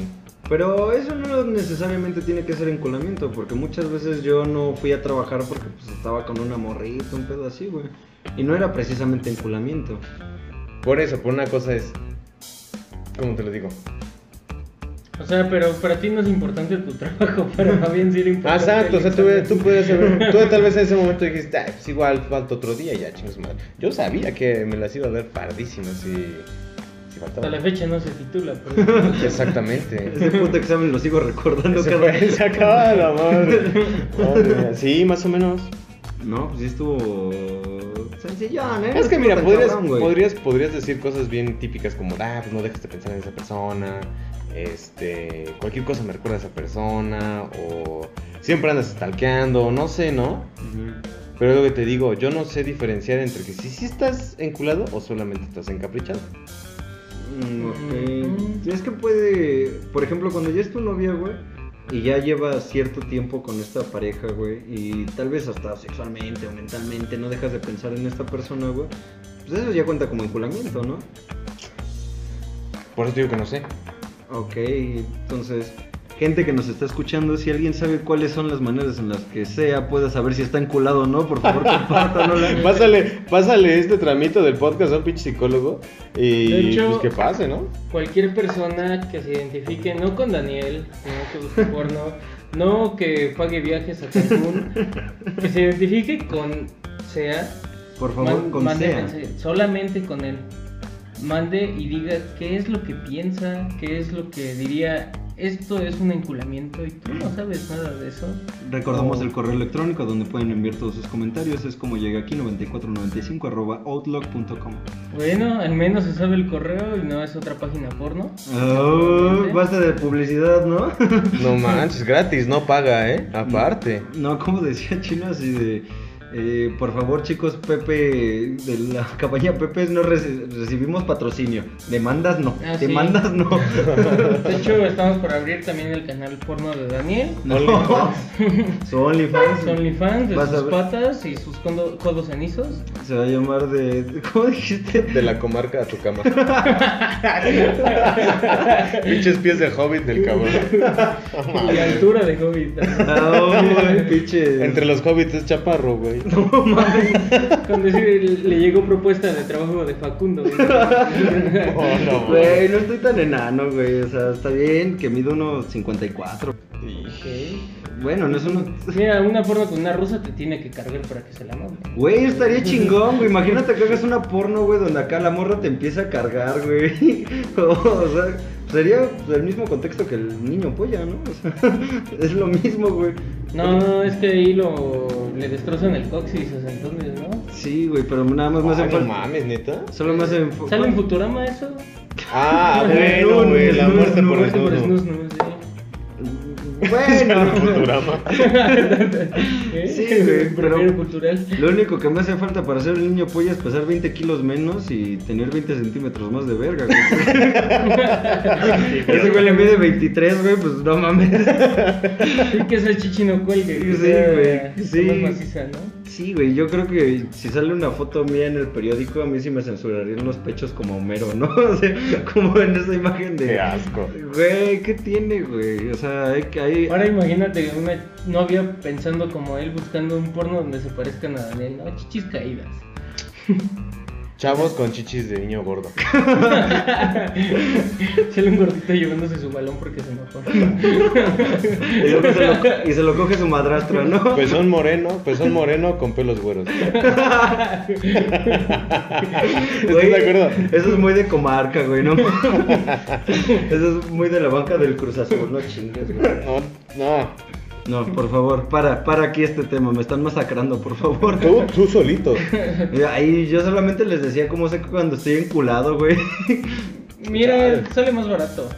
[SPEAKER 2] Pero eso no necesariamente tiene que ser enculamiento, porque muchas veces yo no fui a trabajar porque pues, estaba con una morrita, un pedo así, güey. Y no era precisamente enculamiento.
[SPEAKER 1] Por eso, por una cosa es. ¿Cómo te lo digo?
[SPEAKER 3] O sea, pero para ti no es importante tu (laughs) trabajo, para más bien sí era
[SPEAKER 1] Ah,
[SPEAKER 3] importante.
[SPEAKER 1] exacto, o
[SPEAKER 3] el
[SPEAKER 1] sea, tú,
[SPEAKER 3] examen.
[SPEAKER 1] tú puedes haber- tú tal vez en ese momento dijiste, "Ay, pues igual falta otro día, ya chingos madre. Yo sabía que me las iba a ver pardísimas si, si
[SPEAKER 3] Hasta la
[SPEAKER 1] faltaba.
[SPEAKER 3] fecha no se titula, pero... (laughs)
[SPEAKER 1] Exactamente. (laughs)
[SPEAKER 2] Ese puto examen lo sigo recordando
[SPEAKER 1] Se,
[SPEAKER 2] cada
[SPEAKER 1] fue, se acaba la madre. Madre mía. Sí, más o menos.
[SPEAKER 2] No, pues sí estuvo... Sí, sencillón, ¿eh?
[SPEAKER 1] Es que
[SPEAKER 2] No
[SPEAKER 1] mira,
[SPEAKER 2] tan
[SPEAKER 1] podrías,
[SPEAKER 2] cabrón, güey.
[SPEAKER 1] podrías, podrías decir cosas bien típicas como, ah, pues no dejes de pensar en esa persona, este, cualquier cosa me recuerda a esa persona, o siempre andas stalkeando, no sé, ¿no? Pero lo que te digo, yo no sé diferenciar entre que si sí estás enculado o solamente estás encaprichado.
[SPEAKER 2] Mm, ok. Es que puede, por ejemplo, cuando ya es tu novia, güey, y ya llevas cierto tiempo con esta pareja, güey, y tal vez hasta sexualmente o mentalmente no dejas de pensar en esta persona, güey, pues eso ya cuenta como enculamiento, ¿no?
[SPEAKER 1] Por eso te digo que no sé.
[SPEAKER 2] Ok, entonces, gente que nos está escuchando, si alguien sabe cuáles son las maneras en las que sea pueda saber si está enculado o no, por favor, compártanlo.
[SPEAKER 1] Pásale, pásale este tramito del podcast a un pinche psicólogo y
[SPEAKER 3] De hecho-
[SPEAKER 1] pues que pase, ¿no?
[SPEAKER 3] Cualquier persona que se identifique no con Daniel, no
[SPEAKER 1] (laughs)
[SPEAKER 3] que busque porno, no que pague viajes a Cancún, que se identifique con sea,
[SPEAKER 2] Por favor,
[SPEAKER 3] man-
[SPEAKER 2] con
[SPEAKER 3] mande
[SPEAKER 2] sea.
[SPEAKER 3] mensaje, solamente con él. Mande y diga qué es lo que piensa, qué es lo que diría. Esto es un enculamiento y tú no sabes nada de eso.
[SPEAKER 2] Recordamos el correo electrónico donde pueden enviar todos sus comentarios. Es como llega aquí 9495 arroba outlook.com.
[SPEAKER 3] Bueno, al menos se sabe el correo y no es otra página porno.
[SPEAKER 2] Oh, basta de publicidad, ¿no? (laughs)
[SPEAKER 1] No manches, gratis, no paga, ¿eh? Aparte.
[SPEAKER 2] No, como decía Chino, así de. eh, por favor, chicos, Pepe, de la (laughs) campaña Pepe, no reci- recibimos patrocinio. Demandas no,
[SPEAKER 3] Ah, sí.
[SPEAKER 2] demandas no.
[SPEAKER 3] De hecho, estamos por abrir también el canal porno de Daniel.
[SPEAKER 2] No. Su OnlyFans.
[SPEAKER 3] Son OnlyFans de
[SPEAKER 2] Vas a
[SPEAKER 3] sus
[SPEAKER 2] ver.
[SPEAKER 3] patas y sus condo- codos cenizos.
[SPEAKER 2] Se va a llamar de. ¿Cómo dijiste?
[SPEAKER 1] De la comarca a tu cama. Pinches pies de hobbit del cabrón.
[SPEAKER 3] y altura de hobbit.
[SPEAKER 2] No, güey, Ah, oh, pinche.
[SPEAKER 1] Entre los hobbits es chaparro, güey.
[SPEAKER 3] Con decir, le llegó propuesta de trabajo de
[SPEAKER 2] (laughs)
[SPEAKER 3] Facundo.
[SPEAKER 1] Oh, no,
[SPEAKER 2] Güey, no estoy tan enano, güey. O sea, está bien que mido unos 54.
[SPEAKER 3] Ok.
[SPEAKER 2] Bueno, no es uno.
[SPEAKER 3] Mira, una porno con una rusa te tiene que cargar para que se la mame.
[SPEAKER 2] Güey, estaría chingón, güey. Imagínate que hagas una porno, güey, donde acá la morra te empieza a cargar, güey. (laughs) o sea, sería el mismo contexto que el niño polla, ¿no? O sea, (laughs) es lo mismo, güey.
[SPEAKER 3] No, no, es que ahí lo le destrozan el coxis, o sea, entonces, ¿no?
[SPEAKER 2] Sí, güey, pero nada más me
[SPEAKER 1] Ay,
[SPEAKER 2] hace
[SPEAKER 1] no
[SPEAKER 2] falta.
[SPEAKER 1] mames, neta.
[SPEAKER 2] Solo me hace fal-
[SPEAKER 3] ¿Sale en Futurama eso?
[SPEAKER 1] Ah, bueno, güey, la muerte por
[SPEAKER 3] Muerte por
[SPEAKER 1] desnudo.
[SPEAKER 3] snus, no, sí.
[SPEAKER 2] Bueno,
[SPEAKER 3] ¿Eh?
[SPEAKER 2] Sí, güey, pero-
[SPEAKER 3] Prefiero cultural.
[SPEAKER 2] lo único que me hace falta para ser el niño polla es pesar 20 kilos menos y tener 20 centímetros más de verga,
[SPEAKER 1] (laughs)
[SPEAKER 2] güey. Ese güey le mide 23, güey, pues no mames.
[SPEAKER 3] Sí, que esa chichi no cuelgue. que
[SPEAKER 2] Sí,
[SPEAKER 3] sea
[SPEAKER 2] güey, sí.
[SPEAKER 3] más maciza, ¿no?
[SPEAKER 2] Sí, güey, yo creo que si sale una foto mía en el periódico, a mí sí me censurarían los pechos como Homero, ¿no? (laughs) O sea, como en esa imagen de...
[SPEAKER 1] Qué asco.
[SPEAKER 2] Güey, ¿qué tiene, güey? O sea, hay... que- hay...
[SPEAKER 3] Ahora imagínate una novia pensando como él, buscando un porno donde se parezcan a Daniel, ¿no? Chichis caídas. (laughs)
[SPEAKER 1] Chavos con chichis de niño gordo.
[SPEAKER 3] Sale un gordito llevándose su balón porque se
[SPEAKER 2] (laughs)
[SPEAKER 3] enojó.
[SPEAKER 2] Y, luego se lo, co- y se lo coge su madrastra, ¿no?
[SPEAKER 1] Pezón Pues moreno, pezón moreno con pelos güeros.
[SPEAKER 2] Güey,
[SPEAKER 1] ¿Estás de acuerdo?
[SPEAKER 2] Eso es muy de comarca, güey, ¿no? (laughs) eso es muy de la banca del Cruz Azul, no chingues, güey.
[SPEAKER 1] No, no.
[SPEAKER 2] No, por favor, para, para aquí este tema, me están masacrando, por favor.
[SPEAKER 1] Tú, tú solito.
[SPEAKER 2] Ahí yo solamente les decía cómo sé que cuando estoy enculado, güey.
[SPEAKER 3] Mira, sale más barato.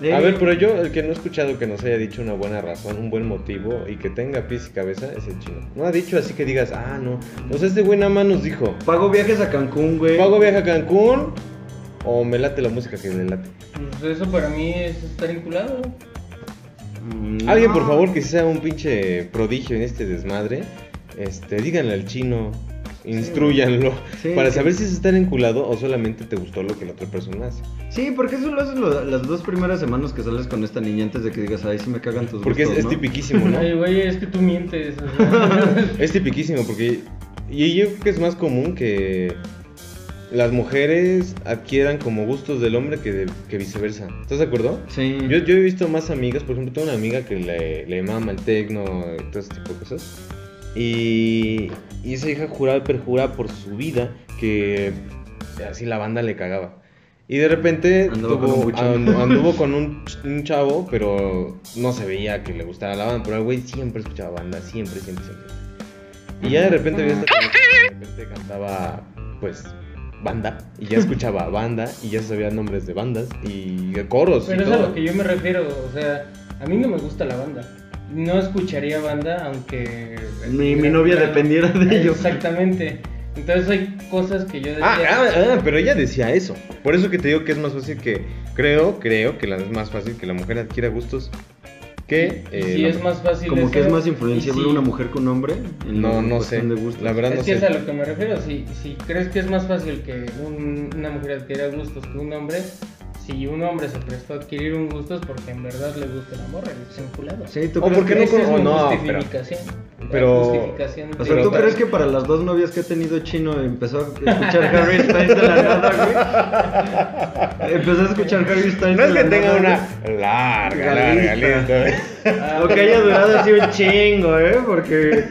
[SPEAKER 1] A ver, pero yo, el que no he escuchado que nos haya dicho una buena razón, un buen motivo y que tenga pies y cabeza es el chino. No ha dicho así que digas, ah, no. O sea, este güey nada más nos dijo,
[SPEAKER 2] Pago viajes a Cancún, güey.
[SPEAKER 1] ¿pago viaje a Cancún o me late la música que me late?
[SPEAKER 3] Pues eso para mí es estar vinculado.
[SPEAKER 2] Mm,
[SPEAKER 1] Alguien, por favor, que sea un pinche prodigio en este desmadre, este, díganle al chino, instruyanlo,
[SPEAKER 2] Sí,
[SPEAKER 1] para
[SPEAKER 2] sí.
[SPEAKER 1] saber si se está enculado o solamente te gustó lo que la otra persona hace.
[SPEAKER 2] Sí, porque eso lo haces lo- las dos primeras semanas que sales con esta niña antes de que digas, ay, sí me cagan tus
[SPEAKER 1] Porque es,
[SPEAKER 2] gustos",
[SPEAKER 1] es
[SPEAKER 2] ¿no?
[SPEAKER 1] tipiquísimo, ¿no?
[SPEAKER 3] (laughs) Ay, güey, es que tú mientes. o sea.
[SPEAKER 1] Es tipiquísimo porque. Y yo creo que es más común que las mujeres adquieran como gustos del hombre que, de- que viceversa. ¿Estás de acuerdo?
[SPEAKER 2] Sí.
[SPEAKER 1] Yo, yo he visto más amigas, por ejemplo, tengo una amiga que le, le mama el tecno, todo ese tipo de cosas. Y, y esa hija juraba y perjuraba por su vida que así la banda le cagaba. Y de repente
[SPEAKER 2] Andaba con un
[SPEAKER 1] tuvo-
[SPEAKER 2] buchón.
[SPEAKER 1] an-
[SPEAKER 2] (laughs)
[SPEAKER 1] anduvo con un, ch- un chavo, pero no se veía que le gustara la banda. Pero el güey siempre escuchaba banda, siempre, siempre, siempre. Y ya de repente había esta canción, de repente cantaba, pues, banda. Y ya escuchaba banda y ya sabía nombres de bandas y de coros.
[SPEAKER 3] Pero
[SPEAKER 1] y
[SPEAKER 3] es a
[SPEAKER 1] todo.
[SPEAKER 3] lo que yo me refiero, o sea, a mí no me gusta la banda. No escucharía banda aunque...
[SPEAKER 2] Mi- mi novia dependiera de ello.
[SPEAKER 3] Exactamente. Entonces hay cosas que yo
[SPEAKER 1] Ah,
[SPEAKER 3] decía...
[SPEAKER 1] ah, ah, pero ella decía eso. Por eso que te digo que es más fácil que. Creo, creo que la- es más fácil que la mujer adquiera gustos que.
[SPEAKER 3] y
[SPEAKER 1] eh,
[SPEAKER 3] si
[SPEAKER 1] el
[SPEAKER 3] es
[SPEAKER 1] hombre.
[SPEAKER 3] más fácil
[SPEAKER 2] Como que es
[SPEAKER 3] eso,
[SPEAKER 2] más
[SPEAKER 3] y
[SPEAKER 2] influenciable
[SPEAKER 3] si-
[SPEAKER 2] una mujer que un hombre. en
[SPEAKER 1] No, no sé.
[SPEAKER 2] cuestión de gustos.
[SPEAKER 1] La verdad
[SPEAKER 3] Es
[SPEAKER 1] no
[SPEAKER 3] que
[SPEAKER 1] sé.
[SPEAKER 3] es a lo que me refiero, si, si crees que es más fácil que un- una mujer adquiera gustos que un hombre, si un hombre se prestó a adquirir un gusto es porque en verdad le gusta la morra, es un culado.
[SPEAKER 2] Sí, ¿tú
[SPEAKER 1] O
[SPEAKER 2] crees
[SPEAKER 1] porque
[SPEAKER 2] que-
[SPEAKER 1] no
[SPEAKER 3] Esa es
[SPEAKER 1] con-
[SPEAKER 3] mi
[SPEAKER 1] no, pero-
[SPEAKER 3] justificación. la
[SPEAKER 1] pero-
[SPEAKER 3] justificación
[SPEAKER 2] O sea,
[SPEAKER 3] de-
[SPEAKER 2] ¿tú crees que para las dos novias que ha tenido Chino empezó a escuchar Harry Styles de la nada, güey? Empezó a escuchar Harry Styles
[SPEAKER 1] No
[SPEAKER 2] de
[SPEAKER 1] es
[SPEAKER 2] la
[SPEAKER 1] que tenga
[SPEAKER 2] nada,
[SPEAKER 1] una larga, larga
[SPEAKER 2] Lista.
[SPEAKER 1] lista. (laughs)
[SPEAKER 2] güey. O que haya durado así un chingo, ¿eh? Porque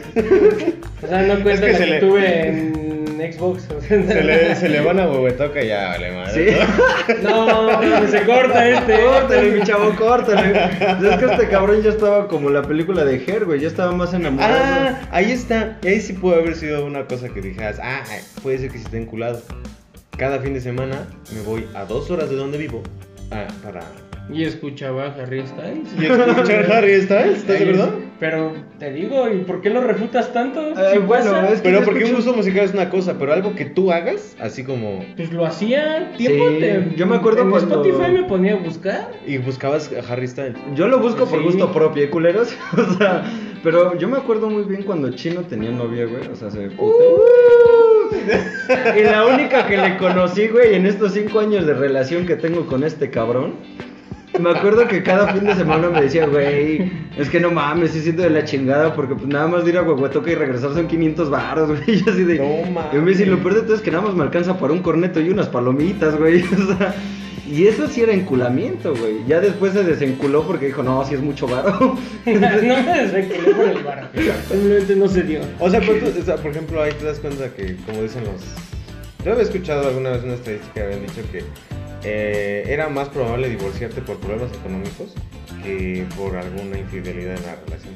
[SPEAKER 3] O sea, no cuenta
[SPEAKER 1] Es que
[SPEAKER 3] la
[SPEAKER 1] se
[SPEAKER 3] que
[SPEAKER 1] le-
[SPEAKER 3] tuve en Xbox. o sea,
[SPEAKER 1] Se
[SPEAKER 3] (laughs)
[SPEAKER 1] le, se le van a huevetoca y ya, vale,
[SPEAKER 2] Sí.
[SPEAKER 1] (laughs) madre.
[SPEAKER 2] (laughs)
[SPEAKER 3] No, que se corta este.
[SPEAKER 2] Córtale, mi chavo, córtale. Pues es que este cabrón ya estaba como la película de Her, güey. Ya estaba más enamorado.
[SPEAKER 1] Ah, ahí está. Ahí sí pudo haber sido una cosa que dijeras, ah, puede ser que se esté enculado. Cada fin de semana me voy a dos horas de donde vivo ah, para.
[SPEAKER 3] Y escuchaba a Harry Styles.
[SPEAKER 1] Y escuchar
[SPEAKER 3] (laughs)
[SPEAKER 1] Harry Styles, ¿estás de
[SPEAKER 3] Ahí es-
[SPEAKER 1] acuerdo?
[SPEAKER 3] Pero te digo, ¿y por qué lo refutas tanto?
[SPEAKER 2] Eh,
[SPEAKER 3] Si
[SPEAKER 2] bueno,
[SPEAKER 3] pasa.
[SPEAKER 2] es que
[SPEAKER 1] Pero
[SPEAKER 2] yo
[SPEAKER 1] porque un
[SPEAKER 2] escucho-
[SPEAKER 1] gusto musical es una cosa, pero algo que tú hagas, así como.
[SPEAKER 3] Pues lo hacía tiempo.
[SPEAKER 2] Sí,
[SPEAKER 3] te-
[SPEAKER 2] yo me acuerdo
[SPEAKER 3] en
[SPEAKER 2] cuando-
[SPEAKER 3] Spotify me ponía a buscar.
[SPEAKER 1] Y buscabas a Harry Styles.
[SPEAKER 2] Yo lo
[SPEAKER 1] Pues
[SPEAKER 2] busco por
[SPEAKER 3] Sí.
[SPEAKER 2] gusto propio, ¿eh, culeros. (laughs) O sea, pero yo me acuerdo muy bien cuando Chino tenía novia, güey. O sea, se puteó. Y la única que le conocí, güey, en estos cinco años de relación que tengo con este cabrón. Me acuerdo que cada fin de semana me decía, güey, es que no mames, sí siento de la chingada porque pues nada más de ir a Huehuetoca y regresar son 500 baros, güey. (laughs) Yo así de...
[SPEAKER 1] No mames.
[SPEAKER 2] Y me dice, lo peor de todo es que nada más me alcanza para un corneto y unas palomitas, güey. (laughs) O sea, y eso sí era enculamiento, güey. Ya después se desenculó porque dijo, no, sí es mucho varo.
[SPEAKER 3] (laughs)
[SPEAKER 2] (laughs)
[SPEAKER 3] no me desreculé por el bar. Simplemente no se dio.
[SPEAKER 1] O sea, pero tú- o sea, por ejemplo, ahí te das cuenta que, como dicen los... Yo había escuchado alguna vez una estadística que habían dicho que eh, era más probable divorciarte por problemas económicos que por alguna infidelidad en la relación.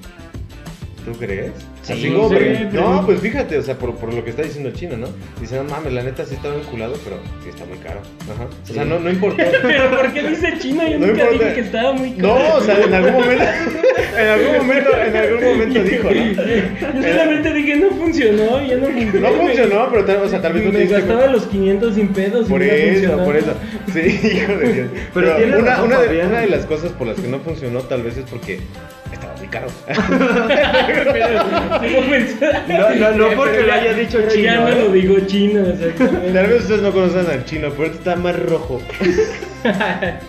[SPEAKER 1] ¿Tú crees?
[SPEAKER 3] Sí,
[SPEAKER 1] Así como
[SPEAKER 3] sí,
[SPEAKER 1] porque-
[SPEAKER 3] pero-
[SPEAKER 1] No, pues fíjate, o sea, por, por lo que está diciendo China, ¿no? Dice, no mames, la neta sí estaba vinculado, pero sí está muy caro. Ajá. O sea, no, no importó.
[SPEAKER 3] Pero ¿por qué dice Chino? Yo
[SPEAKER 1] No
[SPEAKER 3] nunca
[SPEAKER 1] importa.
[SPEAKER 3] dije que estaba muy
[SPEAKER 1] No,
[SPEAKER 3] caro.
[SPEAKER 1] o sea, en algún momento, en algún momento, en algún momento dijo, ¿no?
[SPEAKER 3] Yo solamente dije no funcionó, ya no funcionó.
[SPEAKER 1] No funcionó, pero tal- o sea, tal vez no te
[SPEAKER 3] Me
[SPEAKER 1] diste
[SPEAKER 3] gastaba
[SPEAKER 1] cuenta.
[SPEAKER 3] los 500 sin pedos. y
[SPEAKER 1] Por
[SPEAKER 3] no
[SPEAKER 1] eso,
[SPEAKER 3] funcionaba.
[SPEAKER 1] por
[SPEAKER 3] (laughs)
[SPEAKER 1] eso. Sí, (laughs) hijo de Dios.
[SPEAKER 2] Pero
[SPEAKER 1] Pero,
[SPEAKER 2] tiene
[SPEAKER 1] una,
[SPEAKER 2] razón,
[SPEAKER 1] una de,
[SPEAKER 2] Fabián.
[SPEAKER 1] una de las cosas por las que no funcionó tal vez es porque estaba muy caro. (laughs)
[SPEAKER 3] Sigo pensando.
[SPEAKER 2] No, no, no,
[SPEAKER 3] Sí,
[SPEAKER 2] porque
[SPEAKER 3] pues, pero
[SPEAKER 2] lo
[SPEAKER 3] ya-
[SPEAKER 2] haya dicho
[SPEAKER 3] pero Ya
[SPEAKER 2] Chino,
[SPEAKER 3] no
[SPEAKER 2] ¿eh?
[SPEAKER 3] lo digo chino, exactamente.
[SPEAKER 1] Tal vez ustedes no conocen al chino, pero este está más
[SPEAKER 3] (laughs)
[SPEAKER 1] rojo.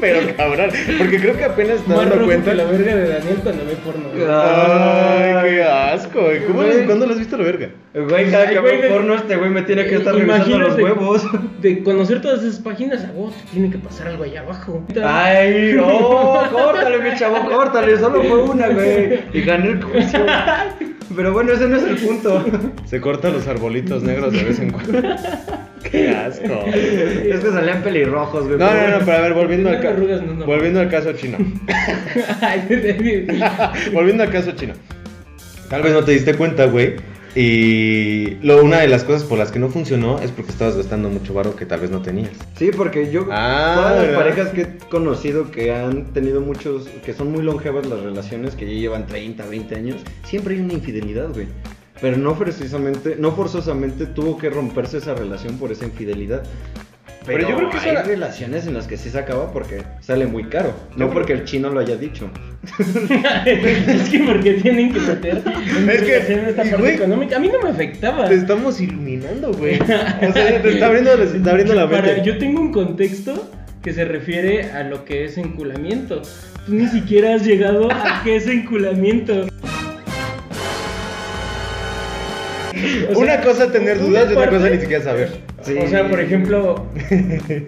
[SPEAKER 1] Pero cabrón, porque creo que apenas te
[SPEAKER 3] Más
[SPEAKER 1] dando
[SPEAKER 3] rojo
[SPEAKER 1] cuenta.
[SPEAKER 3] que la verga de Daniel cuando ve porno. güey.
[SPEAKER 2] Ah,
[SPEAKER 1] Ay, qué asco. güey. ¿Cómo
[SPEAKER 2] Güey.
[SPEAKER 1] lo- ¿Cuándo lo has visto la verga?
[SPEAKER 2] Güey, cada
[SPEAKER 3] Ay,
[SPEAKER 2] que
[SPEAKER 3] güey,
[SPEAKER 2] veo
[SPEAKER 3] de- Eh,
[SPEAKER 2] porno este güey me tiene que estar revisando
[SPEAKER 3] Imagínate
[SPEAKER 2] los huevos. (laughs)
[SPEAKER 3] De conocer todas esas páginas, a vos tiene que pasar algo allá abajo.
[SPEAKER 2] Ay,
[SPEAKER 1] (laughs)
[SPEAKER 2] oh, córtale, mi chavo, córtale. Solo fue una, güey. Y gané
[SPEAKER 1] (laughs)
[SPEAKER 2] el juicio. Pero bueno, ese no es el punto.
[SPEAKER 1] Se cortan los arbolitos negros de vez en
[SPEAKER 3] (laughs)
[SPEAKER 1] cuando. Qué asco.
[SPEAKER 2] Es que salían pelirrojos, güey.
[SPEAKER 1] No,
[SPEAKER 2] pero
[SPEAKER 1] no, no,
[SPEAKER 2] bueno.
[SPEAKER 1] pero a ver, volviendo al, ca-
[SPEAKER 3] Arrugas, no, no.
[SPEAKER 1] volviendo al caso
[SPEAKER 3] (laughs)
[SPEAKER 1] chino.
[SPEAKER 3] (laughs) Ay, te- te-
[SPEAKER 1] Volviendo al caso chino. Tal vez no te diste cuenta, güey. Y lo, una de las cosas por las que no funcionó es porque estabas gastando mucho barro que tal vez no tenías.
[SPEAKER 2] Sí, porque yo
[SPEAKER 1] Ah,
[SPEAKER 2] todas las
[SPEAKER 1] ¿verdad?
[SPEAKER 2] parejas que he conocido que han tenido muchos, que son muy longevas las relaciones, que ya llevan 30, 20 años, siempre hay una infidelidad, güey. Pero no precisamente, no forzosamente tuvo que romperse esa relación por esa infidelidad. Pero, yo creo que
[SPEAKER 1] eso
[SPEAKER 2] hay
[SPEAKER 1] era-
[SPEAKER 2] relaciones en las que sí se acaba porque sale muy caro. No
[SPEAKER 1] creo-
[SPEAKER 2] porque el chino lo haya dicho.
[SPEAKER 3] (laughs) es que porque tienen que meter en
[SPEAKER 1] Es que,
[SPEAKER 3] relación esta
[SPEAKER 1] y,
[SPEAKER 3] parte
[SPEAKER 1] güey,
[SPEAKER 3] económica. A mí no me afectaba.
[SPEAKER 1] Te estamos iluminando, güey. O sea, te está abriendo, te está abriendo la
[SPEAKER 3] Para-
[SPEAKER 1] mente.
[SPEAKER 3] yo tengo un contexto que se refiere a lo que es enculamiento. Tú ni siquiera has llegado a qué es enculamiento. O sea,
[SPEAKER 1] una cosa es tener
[SPEAKER 3] una
[SPEAKER 1] dudas y otra cosa
[SPEAKER 3] parte-
[SPEAKER 1] ni siquiera saber.
[SPEAKER 2] Sí.
[SPEAKER 3] O sea, por ejemplo,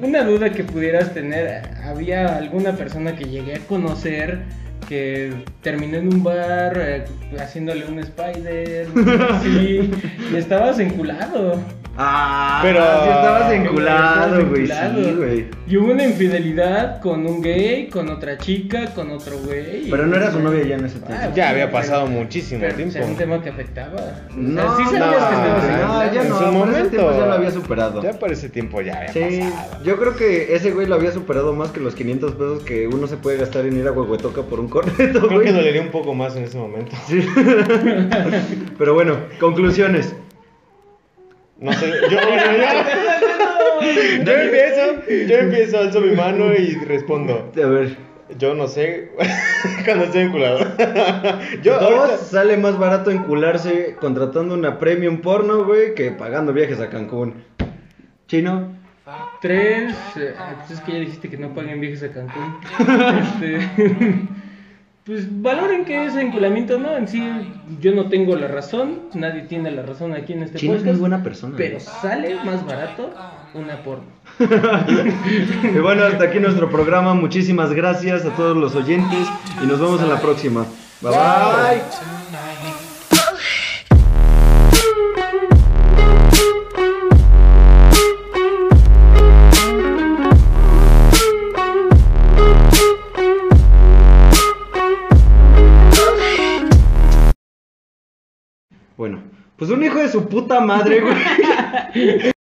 [SPEAKER 3] una duda que pudieras tener, había alguna persona que llegué a conocer que terminó en un bar eh, haciéndole un spider, sí, y estabas enculado.
[SPEAKER 2] Ah,
[SPEAKER 1] Pero-
[SPEAKER 2] sí estabas
[SPEAKER 3] Estabas
[SPEAKER 2] enculado, güey.
[SPEAKER 3] enculado.
[SPEAKER 2] Sí, güey.
[SPEAKER 3] Y hubo una infidelidad con un gay, con otra chica, con otro güey.
[SPEAKER 2] Pero no era su novia ya en ese tiempo.
[SPEAKER 3] Ah,
[SPEAKER 1] Ya había pasado
[SPEAKER 3] pero-
[SPEAKER 1] muchísimo
[SPEAKER 3] Pero, o
[SPEAKER 1] tiempo.
[SPEAKER 3] sea, un tema que afectaba. O sea,
[SPEAKER 2] No,
[SPEAKER 3] sí sabías
[SPEAKER 1] no,
[SPEAKER 3] que estabas
[SPEAKER 1] no,
[SPEAKER 3] enculado.
[SPEAKER 2] ya
[SPEAKER 1] en
[SPEAKER 2] no,
[SPEAKER 1] su
[SPEAKER 2] por ese
[SPEAKER 1] momento.
[SPEAKER 2] tiempo ya lo había superado.
[SPEAKER 1] Ya para ese tiempo ya había
[SPEAKER 2] Sí,
[SPEAKER 1] pasado.
[SPEAKER 2] yo creo que ese güey lo había superado más que los 500 pesos que uno se puede gastar en ir a Huehuetoca por un corneto,
[SPEAKER 1] Creo que
[SPEAKER 2] güey.
[SPEAKER 1] dolería un poco más en ese momento.
[SPEAKER 2] Pero bueno, conclusiones.
[SPEAKER 1] No sé, yo, bueno, ya- yo empiezo, yo empiezo, alzo mi mano y respondo.
[SPEAKER 2] A ver,
[SPEAKER 1] Yo no sé (laughs) cuando estoy enculado. (laughs) Yo
[SPEAKER 2] dos,
[SPEAKER 1] ahorita-
[SPEAKER 2] sale más barato encularse contratando una premium porno, güey, que pagando viajes a Cancún. Chino,
[SPEAKER 3] Tres, eh, pues es que ya dijiste que no paguen viajes a
[SPEAKER 2] (laughs)
[SPEAKER 3] Cancún. Este, pues valoren que es enculamiento, ¿no? En sí, yo no tengo la razón, nadie tiene la razón aquí en este
[SPEAKER 2] Chino es
[SPEAKER 3] podcast.
[SPEAKER 2] muy buena persona. ¿eh?
[SPEAKER 3] Pero sale más barato una porno.
[SPEAKER 2] Y bueno, hasta aquí nuestro programa. Muchísimas gracias a todos los oyentes y nos vemos en la próxima. Bye bye. Bueno, pues un hijo de su puta madre, güey.